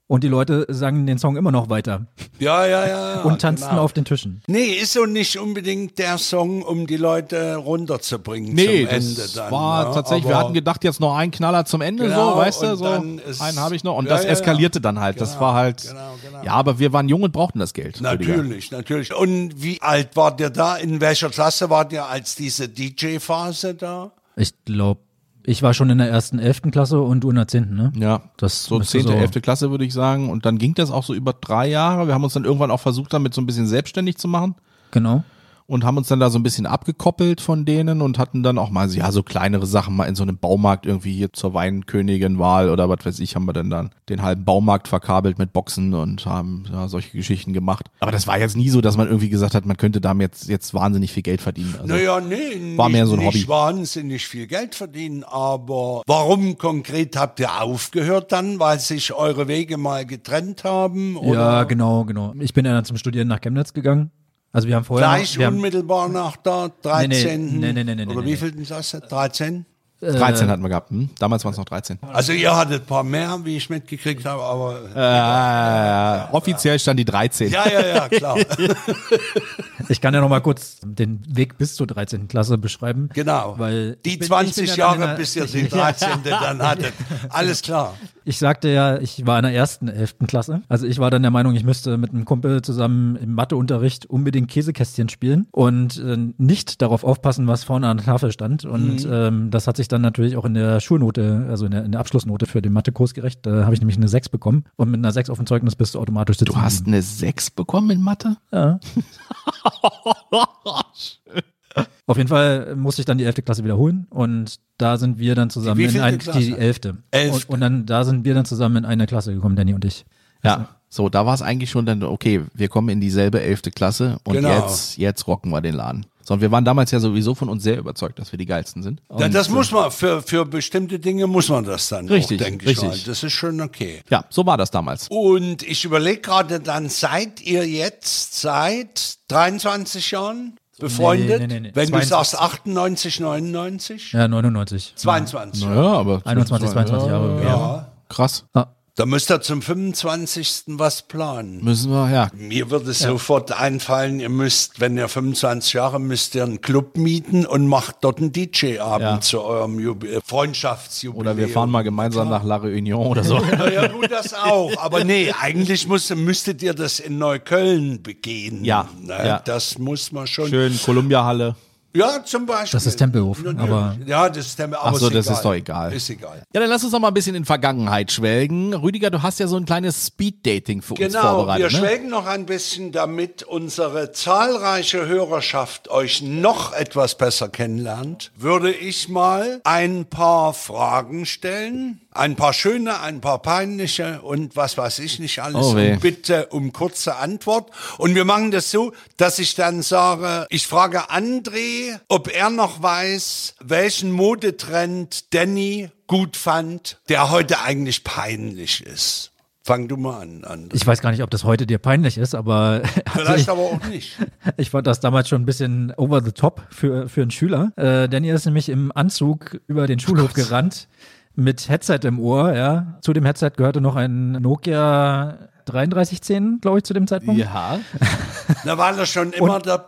C: und die Leute sangen den Song immer noch weiter
A: Ja, ja, ja. ja,
C: und tanzten
A: genau.
C: auf den Tischen.
A: Nee, ist so nicht unbedingt der Song, um die Leute runterzubringen
B: Nee,
A: zum
B: das
A: Ende dann.
B: war
A: ne?
B: tatsächlich, wir
A: Aber-
B: hatten gedacht, jetzt noch einen Knaller zum Ende,
A: Genau,
B: so, weißt
A: und
B: du, so
A: dann ist-
B: einen habe ich noch. Und
A: Ja,
B: das
A: ja, ja.
B: eskalierte dann halt. das
A: Genau,
B: war halt,
A: genau, genau.
B: ja, aber wir waren jung und brauchten das Geld. Rüdiger.
A: Natürlich, natürlich. Und wie alt wart ihr da? In welcher Klasse wart ihr als diese DJ-Phase da?
C: Ich glaube, ich war schon in der ersten, elften Klasse und du in der zehnten, ne?
B: Ja,
C: Das
B: so
C: müsste
B: 10.,
C: so-
B: 11. Klasse würde ich sagen. Und dann ging das auch so über drei Jahre. Wir haben uns dann irgendwann auch versucht, damit so ein bisschen selbstständig zu machen.
C: Genau.
B: und haben uns dann da so ein bisschen abgekoppelt von denen und hatten dann auch mal so- ja so kleinere Sachen mal in so einem Baumarkt irgendwie hier zur Weinköniginwahl oder was weiß ich haben wir denn dann den halben Baumarkt verkabelt mit Boxen und haben ja, solche Geschichten gemacht. Aber das war jetzt nie so, dass man irgendwie gesagt hat, man könnte damit jetzt jetzt wahnsinnig viel Geld verdienen. Also,
A: Naja, nee,
B: war
A: nicht,
B: mehr so ein
A: nicht
B: Hobby.
A: wahnsinnig viel Geld verdienen, aber warum konkret habt ihr aufgehört dann? Weil sich eure Wege mal getrennt haben?
C: Ja,
A: Oder
C: genau, genau. Ich bin ja dann zum Studieren nach Chemnitz gegangen. Also wir haben vorher
A: Gleich
C: wir haben,
A: unmittelbar nach der 13.
C: Nee, nee, nee, nee, nee,
A: oder
C: nee,
A: wie
C: nee.
A: viel Klasse? 13?
B: 13 hatten wir gehabt. Hm? Damals waren es noch 13.
A: Also ihr hattet ein paar mehr, wie ich mitgekriegt habe, aber...
B: Äh, offiziell stand die 13.
A: Ja, ja, ja,
C: *laughs*
A: klar.
C: Ich kann ja noch mal kurz den Weg bis zur 13. Klasse beschreiben.
A: Genau.
C: Weil ich
A: die
C: bin- ich
A: 20
C: bin ja dann in
A: Jahre,
C: der- *laughs*
A: bis ihr die 13. dann hattet. Alles klar.
C: Ich sagte ja, ich war in der ersten, elften Klasse. Also ich war dann der Meinung, ich müsste mit einem Kumpel zusammen im Matheunterricht unbedingt Käsekästchen spielen und äh, nicht darauf aufpassen, was vorne an der Tafel stand. Und
A: Mhm.
C: ähm, das hat sich dann natürlich auch in der Schulnote, also in der, in der Abschlussnote für den Mathekurs gerecht. Da habe ich nämlich eine 6 bekommen. Und mit einer 6 auf dem Zeugnis bist du automatisch sitzen.
B: Du hast eine 6 bekommen in Mathe?
C: Auf jeden Fall musste ich dann die 11. Klasse wiederholen und da sind wir dann zusammen
A: Die
C: in
A: wievielte
C: ein,
A: Klasse?
C: die 11. Und,
A: Elfte.
C: und dann da sind wir dann zusammen in eine Klasse gekommen, Danny und ich.
B: Ja. So, da war es eigentlich schon dann, okay, wir kommen in dieselbe elfte Klasse und
A: Genau.
B: jetzt, jetzt rocken wir den Laden. So, und wir waren damals ja sowieso von uns sehr überzeugt, dass wir die geilsten sind.
A: Ja, das
C: äh,
A: muss man, für, für bestimmte Dinge muss man das dann
B: Richtig,
A: auch, denke ich
B: richtig.
A: mal. Das ist schon okay.
B: Ja, so war das damals.
A: Und ich überlege gerade, dann seid ihr jetzt seit 23 Jahren? befreundet?
C: Nee, nee, nee, nee.
A: Wenn
C: 22.
A: du sagst 98, 99?
C: Ja, 99.
A: 22.
B: Ja, aber
C: 21, 22 Jahre.
B: Ja.
A: Ja.
B: Krass.
A: Da müsst ihr zum 25. was planen.
B: Müssen wir, ja.
A: Mir würde es sofort einfallen, ihr müsst, wenn ihr 25 Jahre, müsst ihr einen Club mieten und macht dort einen DJ-Abend
B: Ja.
A: zu eurem Jubi äh, Freundschaftsjubiläum.
B: Oder wir fahren mal gemeinsam nach La Réunion oder so.
A: Ja, gut, das auch. Aber nee, eigentlich muss, müsstet ihr das in Neukölln begehen.
B: Ja,
A: Ne?
B: ja.
A: Das muss man schon.
B: *laughs* Schön, Columbia-Halle.
A: Ja, zum Beispiel.
C: Das ist Tempelhof,
A: Natürlich.
C: aber-
A: ja, das ist Tempelhof. aber
B: Ach so,
A: ist
B: das
A: egal.
B: ist doch egal.
A: Ist egal.
B: Ja, dann lass uns noch mal ein bisschen in Vergangenheit schwelgen. Rüdiger, du hast ja so ein kleines Speed-Dating für uns
A: Genau, wir
B: vorbereitet. ne?
A: schwelgen noch ein bisschen, damit unsere zahlreiche Hörerschaft euch noch etwas besser kennenlernt, würde ich mal ein paar Fragen stellen. Ein paar schöne, ein paar peinliche und was weiß ich nicht alles.
B: Oh weh.
A: und bitte um kurze Antwort. Und wir machen das so, dass ich dann sage, ich frage André, ob er noch weiß, welchen Modetrend Danny gut fand, der heute eigentlich peinlich ist. Fang du mal an, André.
C: Ich weiß gar nicht, ob das heute dir peinlich ist, aber *laughs* also
A: Vielleicht aber auch nicht.
C: Ich fand das damals schon ein bisschen over the top für, für einen Schüler. Äh, Daniel ist nämlich im Anzug über den Schulhof gerannt, mit Headset im Ohr, ja. Zu dem Headset gehörte noch ein Nokia 3310, glaube ich, zu dem Zeitpunkt.
B: Ja.
A: Da war er schon immer der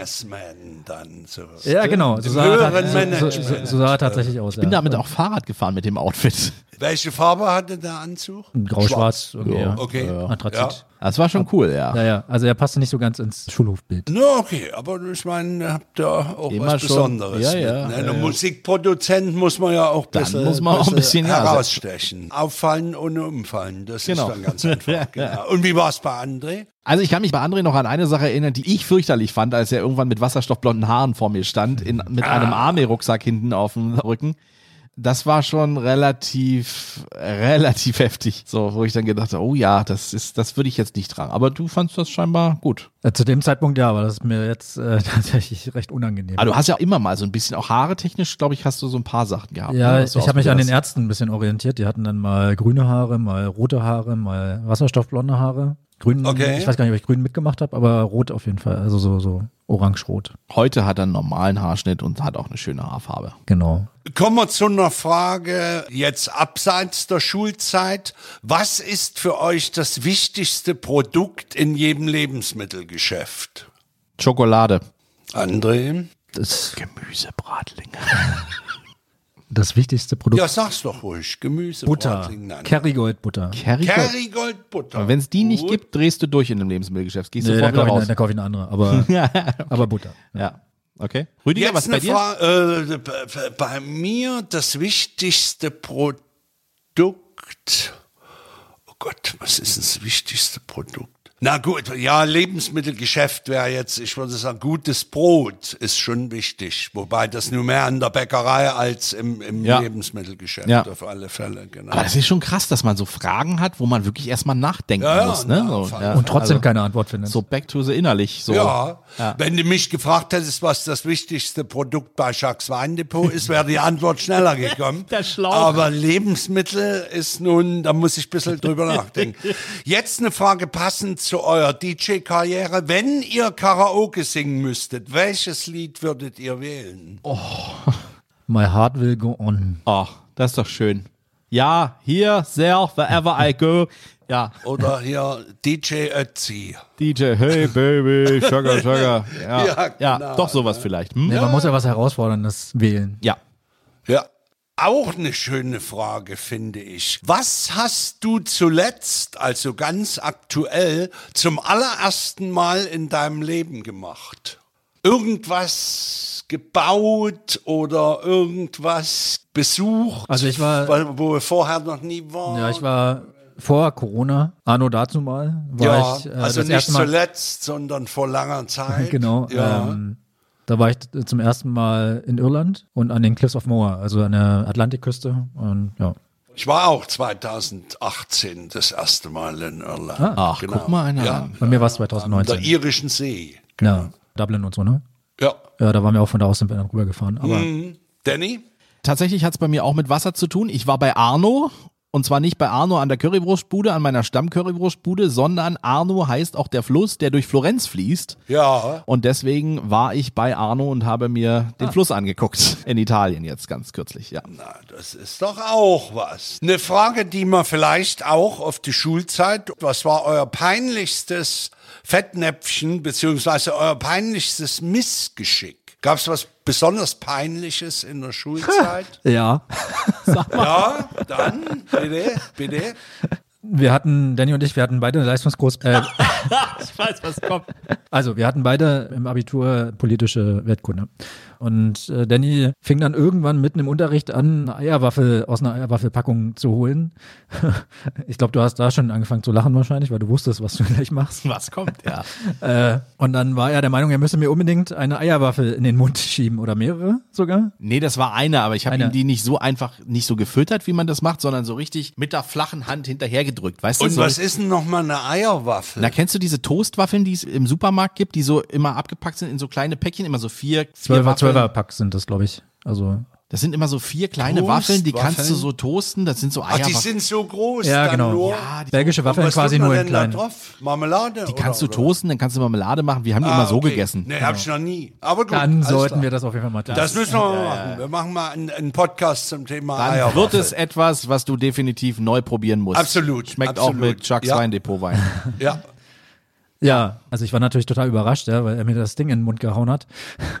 A: Businessman dann so.
C: Ja, genau. So sah, er,
A: Ne? höheren
C: tat- so, so,
A: Management.
C: so sah er tatsächlich aus.
B: Ich bin
C: ja.
B: damit auch Fahrrad gefahren mit dem Outfit.
A: Welche Farbe hatte der Anzug?
C: Grau-schwarz. irgendwie, ja.
A: Okay.
C: Anthrazit.
B: Das war schon cool, ja.
C: Ja. ja, also er passte nicht so ganz ins Schulhofbild.
A: Na, okay, aber ich meine, ihr habt ja auch
B: Immer
A: was
B: schon.
A: Besonderes.
B: Ja, ja,
A: mit, ne?
B: ja,
A: Der
B: ja.
A: Musikproduzent muss man ja auch ein
B: Dann
A: bisschen,
B: muss man auch ein bisschen, ja, also-
A: herausstechen. Auffallen ohne umfallen, das
B: Genau.
A: ist dann ganz
B: *laughs*
A: einfach. genau. Und wie war es bei André?
B: Also ich kann mich bei André noch an eine Sache erinnern, die ich fürchterlich fand, als er irgendwann mit wasserstoffblonden Haaren vor mir stand, in, mit einem Army-Rucksack hinten auf dem Rücken. Das war schon relativ, relativ *laughs* heftig. So, wo ich dann gedacht habe, oh ja, das ist, das würde ich jetzt nicht tragen. Aber du fandst das scheinbar gut.
C: Äh, zu dem Zeitpunkt ja, aber das ist mir jetzt äh, *laughs* tatsächlich recht unangenehm.
B: Aber Ah, du hast ja immer mal so ein bisschen, auch Haare technisch, glaube ich, hast du so ein paar Sachen gehabt.
C: Ja,
B: ne,
C: ich
B: was du
C: habe mich an den
B: ausprobiert
C: Ärzten ein bisschen orientiert. Die hatten dann mal grüne Haare, mal rote Haare, mal wasserstoffblonde Haare. Grün,
A: Okay.
C: ich weiß gar nicht, ob ich grün mitgemacht habe, aber rot auf jeden Fall. Also so, so orange-rot.
B: hast. Heute hat er einen normalen Haarschnitt und hat auch eine schöne Haarfarbe.
C: Genau.
A: Kommen wir zu einer Frage jetzt abseits der Schulzeit. Was ist für euch das wichtigste Produkt in jedem Lebensmittelgeschäft?
B: Schokolade.
A: André?
C: Das,
B: Gemüsebratlinge.
C: das wichtigste Produkt.
A: Ja, sag's doch ruhig. Gemüse.
C: Butter.
A: Bratling, nein.
C: Kerrygold-Butter.
B: Kerry
A: Kerrygold Butter.
B: Wenn es die nicht
A: Gut.
B: gibt, drehst du durch in dem Lebensmittelgeschäft. Gehst
C: Nee, da
B: sofort wieder
C: kaufe
B: raus.
C: ich, da kauf ich eine andere, aber,
B: *laughs*
C: aber Butter.
B: Ja. Okay. Rüdiger,
A: Jetzt
B: was bei
A: eine
B: dir?
A: Frage. Äh, b- b- bei mir das wichtigste Produkt. Oh Gott, was ist das wichtigste Produkt? Na gut, ja, Lebensmittelgeschäft wäre jetzt, ich würde sagen, gutes Brot ist schon wichtig. Wobei das nur mehr in der Bäckerei als im, im
B: Ja.
A: Lebensmittelgeschäft
B: Ja.
A: auf alle Fälle, genau.
B: Aber das ist schon krass, dass man so Fragen hat, wo man wirklich erstmal nachdenken
A: Ja, ja,
B: muss. Ne?
A: na,
B: so,
A: voll.
B: ja.
C: Und trotzdem
B: also,
C: keine Antwort finden.
B: So back to the innerlich. So.
A: Ja. wenn du mich gefragt hättest, was das wichtigste Produkt bei Jacques Weindepot ist, wäre die Antwort schneller gekommen.
B: *laughs* Der Schlauch.
A: Aber Lebensmittel ist nun, da muss ich ein bisschen drüber
B: *laughs*
A: nachdenken. Jetzt eine Frage passend zu eurer DJ-Karriere. Wenn ihr Karaoke singen müsstet, welches Lied würdet ihr wählen?
C: My heart will go on.
B: Oh, das ist doch schön. Ja, hier, sehr, wherever I go. Ja,
A: Oder hier DJ Ötzi.
B: DJ, hey Baby,
A: *laughs*
B: Sugar, Sugar. Ja, ja,
A: genau.
B: doch sowas vielleicht. Hm?
C: Nee, Man muss ja was Herausforderndes wählen.
B: Ja.
A: Ja. Auch eine schöne Frage, finde ich. Was hast du zuletzt, also ganz aktuell, zum allerersten Mal in deinem Leben gemacht? Irgendwas gebaut oder irgendwas besucht,
C: Also ich war-
A: weil- wo wir vorher noch nie waren?
C: Ja, ich war vor Corona, Anno dazu mal, war
A: Ja,
C: ich äh,
A: also
C: das
A: nicht
C: erste Mal
A: zuletzt, sondern vor
C: *laughs*
A: langer Zeit.
C: Genau.
A: Ja.
C: Ähm, da war ich t- zum ersten Mal in Irland und an den Cliffs of Moher, also an der Atlantikküste. Und ja.
A: ich war auch 2018 das erste Mal in Irland.
C: Ah,
A: Genau.
B: Ach, guck mal einer
A: Ja.
B: an.
C: Bei mir war es
A: An der
C: 2019.
A: irischen See.
C: Ja, Dublin und so, ne?
A: Ja.
C: Ja, da waren wir auch von da aus sind wir dann
A: Mhm.
C: rübergefahren. Aber
A: Danny?
B: Tatsächlich hat es bei mir auch mit Wasser zu tun. Ich war bei Arno Und zwar nicht bei Arno an der Currywurstbude, an meiner Stammcurrywurstbude, sondern Arno heißt auch der Fluss, der durch Florenz fließt.
A: Ja.
B: Und deswegen war ich bei Arno und habe mir
C: Ah.
B: den Fluss angeguckt. In Italien jetzt ganz kürzlich, ja.
A: Na, das ist doch auch was. Eine Frage, die man vielleicht auch auf die Schulzeit, was war euer peinlichstes Fettnäpfchen beziehungsweise euer peinlichstes Missgeschick? Gab es was besonders Peinliches in der Schulzeit?
C: *laughs* Ja.
A: ja, dann, bitte,
C: *laughs*
A: bitte.
C: Wir hatten, Danny und ich, wir hatten beide eine Leistungskurs. Äh,
B: Ich weiß, was kommt.
C: also, wir hatten beide im Abitur politische Weltkunde. Und äh, Danny fing dann irgendwann mitten im Unterricht an, eine Eierwaffel aus einer Eierwaffelpackung zu holen. *laughs* ich glaube, du hast da schon angefangen zu lachen wahrscheinlich, weil du wusstest, was du gleich machst.
B: Was kommt, ja.
C: Äh, und dann war er der Meinung, er müsse mir unbedingt eine Eierwaffel in den Mund schieben oder mehrere sogar.
B: Nee, das war eine, aber ich habe
C: Eine.
B: ihm die nicht so einfach, nicht so gefüttert, wie man das macht, sondern so richtig mit der flachen Hand hinterhergedrückt. Weißt
A: Und
B: du, so
A: was ist denn nochmal eine Eierwaffel?
B: Na, kennst du diese Toastwaffeln, die es im Supermarkt gibt, die so immer abgepackt sind in so kleine Päckchen, immer so vier, vier
C: Zwölfer,
B: Waffeln?
C: Zwölferpack sind das, glaube ich. Also
B: Das sind immer so vier kleine Waffeln, die kannst du
A: Toastwaffeln?
B: so toasten, das sind so
A: Ach, die
B: Eierwaffeln.
A: sind so groß.
C: Ja,
A: dann
C: genau.
A: Nur.
B: Ja, die-
C: belgische
A: Und
C: Waffeln
A: was
C: quasi
A: tut man
C: nur in
A: denn da
C: kleinen.
A: drauf? Marmelade?
B: Die kannst du toasten, dann kannst du Marmelade machen. Wir haben die immer so gegessen.
A: oh. Ah, Nee, hab ich noch nie. Aber gut.
C: Genau. Dann
A: alles
C: sollten
A: klar.
C: wir das auf jeden Fall mal tun.
A: Das müssen wir mal machen. Wir machen mal einen, einen Podcast zum Thema
B: Dann
A: Eierwaffel.
B: wird es etwas, was du definitiv neu probieren musst.
A: Absolut,
B: Schmeckt auch
A: absolut.
B: mit Chucks
A: Ja.
B: Weindepot Wein.
A: Ja.
C: Ja, also ich war natürlich total überrascht, ja, weil er mir das Ding in den Mund gehauen hat.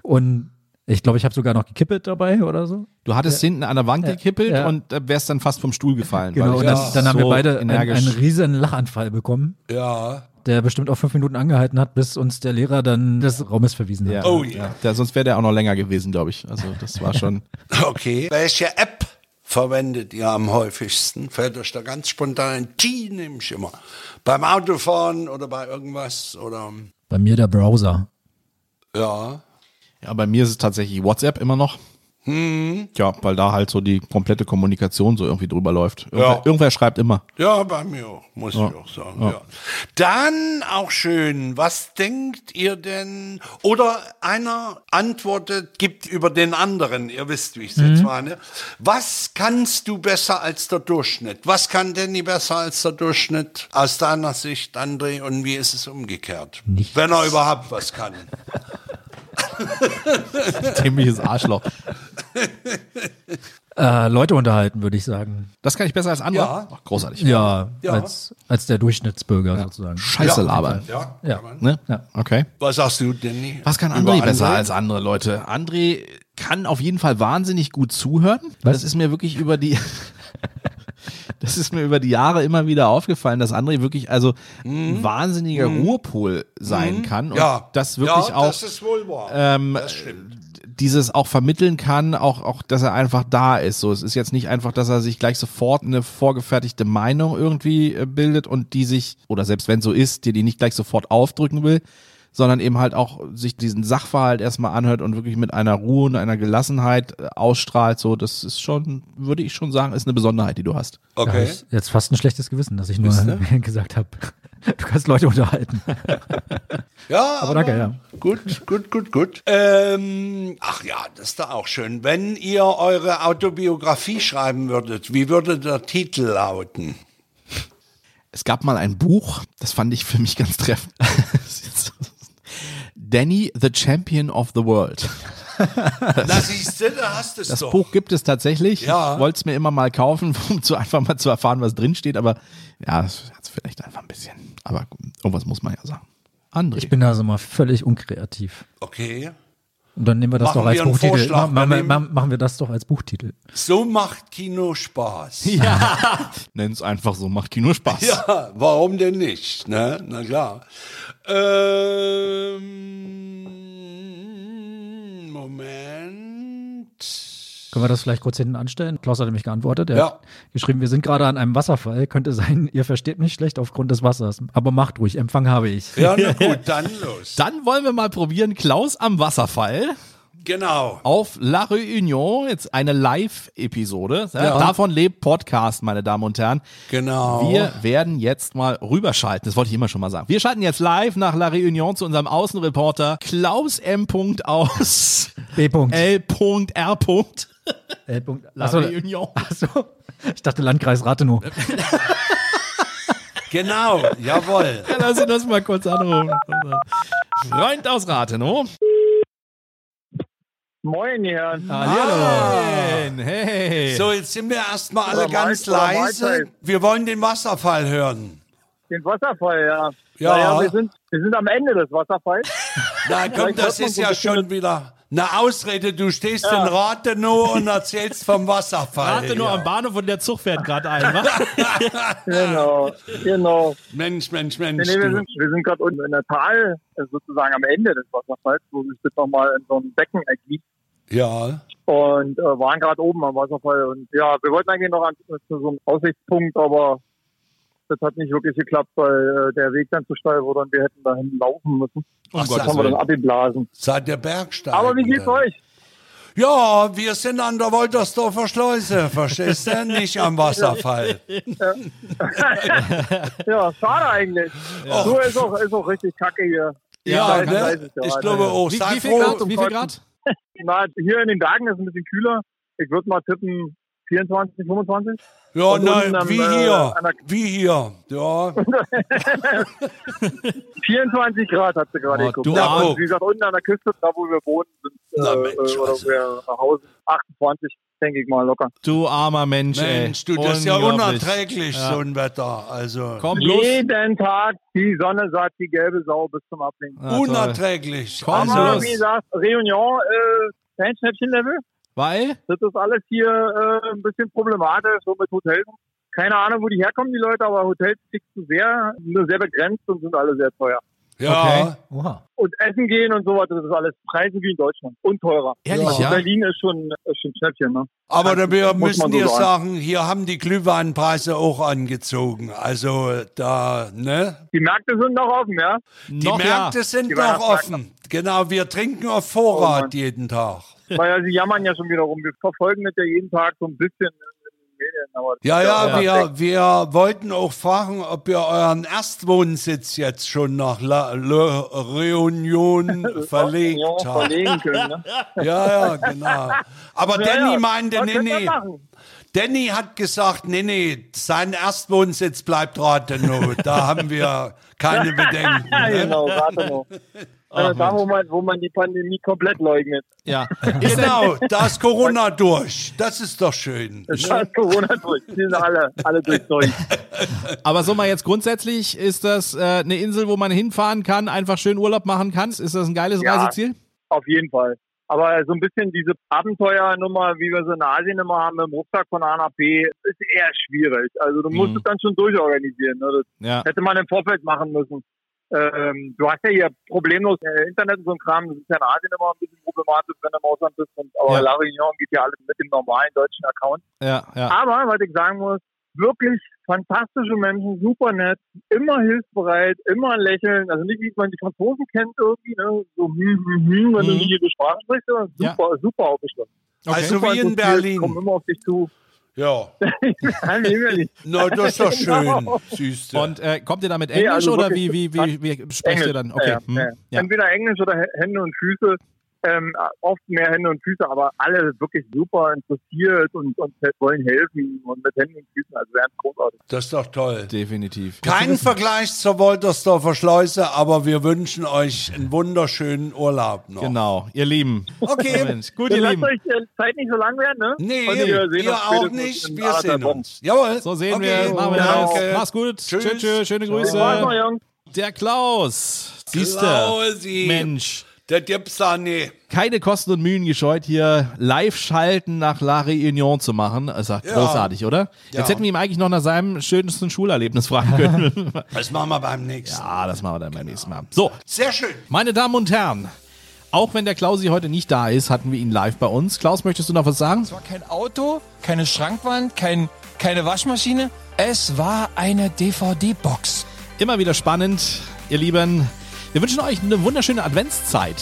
C: Und ich glaube, ich habe sogar noch gekippelt dabei oder so.
B: Du hattest hinten an der Wand gekippelt
C: Ja.
B: und äh, wärst dann fast vom Stuhl gefallen.
C: Genau,
B: weil
C: und
B: ich
C: dann,
B: das
C: dann haben
B: so
C: wir beide einen,
B: energisch-
C: einen riesen Lachanfall bekommen,
A: Ja.
C: der bestimmt auch fünf Minuten angehalten hat, bis uns der Lehrer dann des Raumes verwiesen hat.
B: ja.
A: Oh ja.
B: Ja, sonst wäre der auch noch länger gewesen, glaube ich. Also das war schon.
A: Okay. Welche App verwendet ihr am häufigsten? Fällt euch da ganz spontan ein? Die nehme ich immer. Beim Autofahren oder bei irgendwas oder
C: Bei mir der Browser.
A: ja.
B: Ja, bei mir ist es tatsächlich WhatsApp immer noch. Ja, weil da halt so die komplette Kommunikation so irgendwie drüber läuft. Irgendwer,
A: Ja.
B: irgendwer schreibt immer. *laughs*
A: Ja, bei mir auch, muss ich auch sagen. Ja. Dann auch schön, was denkt ihr denn? Oder einer antwortet, gibt über den anderen, ihr wisst, wie ich es
B: Mhm.
A: jetzt meine. Was kannst du besser als der Durchschnitt? Was kann Danny besser als der Durchschnitt aus deiner Sicht, André? Und wie ist es umgekehrt?
C: Nichts.
A: Wenn er überhaupt was kann.
B: Ziemliches Arschloch.
C: Äh, Leute unterhalten, würde ich sagen.
B: Das kann ich besser als andere.
A: Ja.
B: Ach, großartig.
C: Ja,
A: Ja.
C: Als, als der Durchschnittsbürger sozusagen.
B: Scheiße labern.
A: Ja,
C: Ja.
B: Ne?
C: Ja.
B: Okay.
A: Was sagst du, Danny?
B: Was kann
A: Über
B: André besser als andere Leute? André kann auf jeden Fall wahnsinnig gut zuhören.
C: Was?
B: Das ist mir wirklich über die. *laughs* Das ist mir über die Jahre immer wieder aufgefallen, dass André wirklich also ein wahnsinniger Ruhepol sein kann und
A: Ja,
B: Mhm. das wirklich
A: ja,
B: auch äh,
A: Das ist wohl wahr. das stimmt.
B: dieses auch vermitteln kann, auch, auch, dass er einfach da ist. So, es ist jetzt nicht einfach, dass er sich gleich sofort eine vorgefertigte Meinung irgendwie äh, bildet und die sich, oder selbst wenn so ist, dir die nicht gleich sofort aufdrücken will, sondern eben halt auch sich diesen Sachverhalt erstmal anhört und wirklich mit einer Ruhe und einer Gelassenheit äh, ausstrahlt. So, das ist schon, würde ich schon sagen, ist eine Besonderheit, die du hast.
C: Da hab
A: Okay.
C: ich jetzt fast ein schlechtes Gewissen, dass ich nur
B: ne?
C: *laughs* gesagt habe, du kannst
B: *laughs*
C: Leute unterhalten.
A: Ja, aber,
C: danke, ja.
A: Gut, gut, gut, gut. Ähm, ach ja, das ist da auch schön. Wenn ihr eure Autobiografie schreiben würdet, wie würde der Titel lauten?
B: Es gab mal ein Buch, das fand ich für mich ganz treffend. *laughs* Das ist jetzt- Danny, the Champion of the World.
A: Na, siehst du, da hast du es
B: Das
A: doch.
B: Buch gibt es tatsächlich.
A: Ja.
B: Ich wollte es mir immer mal kaufen, *laughs* um zu einfach mal zu erfahren, was drin steht. Aber ja, das hat vielleicht einfach ein bisschen. Aber gut, irgendwas muss man ja sagen. André.
C: Ich bin da so mal völlig unkreativ.
A: Okay.
C: Und dann nehmen wir das
A: Machen
C: doch als
A: wir einen
C: Buchtitel.
A: Vorschlag,
C: Ma- ma-
A: wir
C: ma- machen wir das doch als Buchtitel.
A: So macht Kino *laughs* Spaß.
B: Nenn es einfach so, macht Kino Spaß.
A: Ja, warum denn nicht? Ne? Na klar. Ähm, Moment.
C: Können wir das vielleicht kurz hinten anstellen? Klaus hat nämlich geantwortet. Er
A: Ja.
C: hat geschrieben, wir sind gerade an einem Wasserfall. Könnte sein, *laughs* ihr versteht mich schlecht aufgrund des Wassers. Aber macht ruhig, Empfang habe ich.
A: Ja, *laughs* na gut, dann los.
B: Dann wollen wir mal probieren, Klaus am Wasserfall
A: Genau.
B: auf La Réunion, jetzt eine Live-Episode. Ja, Davon lebt Podcast, meine Damen und Herren.
A: Genau.
B: Wir werden jetzt mal rüberschalten. Das wollte ich immer schon mal sagen. Wir schalten jetzt live nach La Réunion zu unserem Außenreporter Klaus M. Punkt aus
C: B. Punkt.
B: L.R. Punkt.
C: L. Punkt.
B: La
C: Achso,
B: Réunion.
C: *laughs*
B: *laughs*
C: achso. Ich dachte Landkreis Rathenow.
A: Genau, jawohl.
B: Ja, lass ihn das mal kurz anrufen. Freund aus Rathenow.
F: Moin, ihr Herren.
B: Hallo. Hey.
A: So, jetzt sind wir erstmal alle
F: Oder
A: ganz
F: Mike- oder
A: leise.
F: Michael.
A: Wir wollen den Wasserfall hören.
F: Den Wasserfall, ja.
A: Ja.
F: Naja, wir, sind, wir sind am Ende des Wasserfalls.
A: *laughs* Na komm,
F: Vielleicht
A: das
F: hört man
A: ist
F: so ein
A: ja
F: bisschen
A: schon wieder eine Ausrede. Du stehst in Rathenow und erzählst vom Wasserfall.
B: Rathenow
A: ja.
B: am Bahnhof und der Zug fährt gerade ein. wa?
F: genau, genau.
A: *laughs* Mensch, Mensch,
F: Nee,
A: Mensch.
F: nee, wir
A: Du.
F: sind, wir sind gerade unten in der Tal, also sozusagen am Ende des Wasserfalls, wo sich das nochmal in so einem Becken ergibt.
A: Ja.
F: Und äh, waren gerade oben am Wasserfall. Und ja, wir wollten eigentlich noch an, zu so einem Aussichtspunkt, aber das hat nicht wirklich geklappt, weil äh, der Weg dann zu steil wurde und wir hätten dahin laufen müssen.
A: Um
F: das haben wir dann abgeblasen.
A: Seit der Bergsteigen.
F: Aber wie geht's
A: dann.
F: euch?
A: Ja, wir sind an der Woltersdorfer Schleuse, verstehst du? Nicht am Wasserfall.
F: Ja, schade eigentlich. So ist auch, ist auch richtig kacke hier.
A: Ja,
F: *laughs* Ja, weiß
A: ne?
F: ich, ja,
A: Ich glaube
F: ja.
A: auch.
B: Wie,
A: Sei
B: wie viel Grad? um
A: froh.
B: Wie viel Grad?
F: Na, hier in den Bergen ist es ein bisschen kühler. Ich würde mal tippen 24, 25.
A: Ja,
F: Und
A: nein,
F: unten am,
A: wie
F: äh,
A: hier.
F: an der-
A: Wie hier. Ja.
F: 24 Grad hat sie gerade
B: Oh,
F: geguckt.
B: du
F: Ja,
A: Arsch.
F: und wie gesagt, unten an der Küste, da wo wir wohnen, sind
A: Na,
F: äh,
A: Mensch,
F: äh, oder
A: also.
F: wo wir nach Hause 28, denke ich mal locker.
B: Du armer Mensch, ey.
A: Mensch, du, das ist ja
B: Unglaublich.
A: unerträglich, so ein Wetter. Also.
B: Komm bloß.
F: Jeden Tag die Sonne sagt die gelbe Sau bis zum Ablenken.
B: Ah, toll.
A: Unerträglich. Also,
B: Komm
F: Aber
B: Also los.
F: wie gesagt, Réunion, äh, Feinschnäppchen-Level,
B: Weil?
F: das ist alles hier äh, ein bisschen problematisch, so mit Hotels. Keine Ahnung, wo die herkommen, die Leute, aber Hotels kriegst du sehr, nur sehr begrenzt und sind alle sehr teuer.
A: Ja.
B: Okay.
C: Oha.
F: und essen gehen und sowas, das ist alles Preise wie in Deutschland und teurer.
B: Ehrlich,
F: Also
B: ja?
F: Berlin ist schon, ist schon Schnäppchen, ne?
A: Aber da wir
F: Muss man
A: müssen
F: so
A: dir
F: sagen.
A: sagen, hier haben die Glühweinpreise auch angezogen. Also da, ne?
F: Die Märkte sind noch offen, ja?
A: Die
B: Noch
A: Märkte
B: ja.
A: sind
F: Die
A: noch
F: Weihnachtsmärkte.
A: offen. Genau, wir trinken auf
F: Oh
A: Vorrat
F: Mann.
A: jeden Tag.
F: Weil sie jammern ja schon wieder rum. Wir verfolgen das ja jeden Tag so ein bisschen in den Medien. Aber
A: Ja, ja,
F: ja.
A: wir, wir wollten auch fragen, ob ihr euren Erstwohnsitz jetzt schon nach La Le
F: *laughs*
A: Réunion verlegt
F: Ja,
A: habt.
F: verlegen
A: *laughs*
F: können, ne?
A: Ja, ja, genau. Aber
F: Ja,
A: Danny
F: ja.
A: meinte,
F: Was
A: nee,
F: können wir
A: nee.
F: machen?
A: Danny hat gesagt, nee, nee, sein Erstwohnsitz bleibt Rathenow. da haben wir keine Bedenken.
F: *laughs* Ja,
A: Ne?
F: genau,
A: *laughs*
F: warte noch. Äh, da, wo man, wo man die Pandemie komplett leugnet.
A: *laughs*
B: Ja.
A: Genau, da ist
F: *laughs*
A: Corona durch. Das ist doch schön.
F: Da ist *laughs* halt Corona durch. Die sind alle, alle durch, durch.
B: Aber so mal jetzt grundsätzlich, ist das äh, eine Insel, wo man hinfahren kann, einfach schön Urlaub machen kann? Ist das ein geiles
F: Ja.
B: Reiseziel?
F: Auf jeden Fall. Aber so ein bisschen diese Abenteuernummer, wie wir sie in Asien immer haben, im Rucksack von A nach B, ist eher schwierig. Also du musst es dann schon durchorganisieren. Ne?
B: Ja.
F: Das hätte man im Vorfeld machen müssen. Ähm, du hast ja hier problemlos äh, Internet und so ein Kram. Das ist ja in Asien immer ein bisschen problematisch, wenn du im Ausland bist. Und, aber
B: Ja.
F: La Réunion geht ja alles mit dem normalen deutschen Account.
B: Ja, ja.
F: Aber was ich sagen muss, wirklich fantastische Menschen, super nett, immer hilfsbereit, immer lächeln. Also nicht wie man die Franzosen kennt irgendwie, ne? so hm, hm, hm, wenn du
B: Mhm.
F: nicht jede Sprache sprichst, sondern
B: Ja.
F: super, super aufgeschlossen.
A: Also
F: Super
A: wie in
F: interessiert, Kommen
A: Berlin.
F: immer auf dich zu.
B: *laughs*
A: Ja,
F: Nein, nee, wir nicht.
A: na, das ist
F: *laughs*
A: doch schön.
F: Genau.
A: Süß.
B: Und äh, kommt ihr damit
F: Nee,
B: Englisch
F: also
B: oder wie,
F: wirklich
B: wie, wie, wie sprecht ihr dann? Okay.
F: Ja,
B: hm,
F: ja.
B: Ja.
F: Entweder Englisch oder H- Hände und Füße. Ähm, oft mehr Hände und Füße, aber alle wirklich super interessiert und, und wollen helfen und mit Händen und Füßen, also wären großartig.
A: Das ist doch toll.
B: Definitiv.
A: Kein Vergleich zur Woltersdorfer Schleuse, aber wir wünschen euch einen wunderschönen Urlaub noch.
B: Genau, ihr Lieben.
A: Okay.
B: Mensch, gut,
F: Dann
B: ihr
F: lasst
B: Lieben.
F: euch äh, Zeit nicht so lang werden, ne?
A: Nee,
F: Und
A: ihr
F: uns
A: auch
F: spätestens
A: nicht.
F: in
A: Wir
F: anderthalb
A: sehen
F: Wochen.
A: uns. Jawohl.
B: So sehen
A: okay.
B: wir. Machen wir
A: Danke.
B: das. Mach's gut. Tschüss.
A: Tschüss.
B: Tschüss. Schöne
F: Das war's
A: Äh,
F: mal,
B: Grüße.
F: Jungs.
B: Der Klaus. Siehste.
A: Klausi.
B: Mensch.
A: Der Dipsane.
B: Keine Kosten und Mühen gescheut, hier Live-Schalten nach La Réunion zu machen. Das ist ja großartig, oder?
A: Ja.
B: Jetzt hätten wir ihm eigentlich noch nach seinem schönsten Schulerlebnis fragen können.
A: Das machen wir beim nächsten.
B: ah, das machen wir dann beim nächsten Mal. So,
A: Sehr schön.
B: meine Damen und Herren. Auch wenn der Klausi heute nicht da ist, hatten wir ihn live bei uns. Klaus, möchtest du noch was sagen?
G: Es war kein Auto, keine Schrankwand, kein, keine Waschmaschine. Es war eine DVD-Box.
B: Immer wieder spannend, ihr Lieben. Wir wünschen euch eine wunderschöne Adventszeit.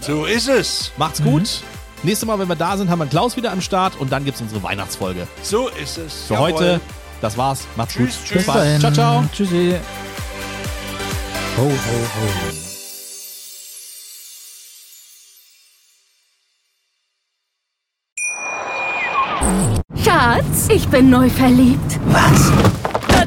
A: So ist es.
B: Macht's gut. Nächstes Mal, wenn wir da sind, haben wir Klaus wieder am Start und dann gibt's unsere Weihnachtsfolge.
A: So ist es.
B: Für
A: Jawohl.
B: heute, das war's. Macht's
A: Tschüss,
B: gut.
A: tschüss.
B: Bis bald. Ciao, ciao.
C: Tschüssi.
B: Ho, ho, ho.
H: Schatz, Schatz, ich bin neu verliebt.
D: Was?
H: Da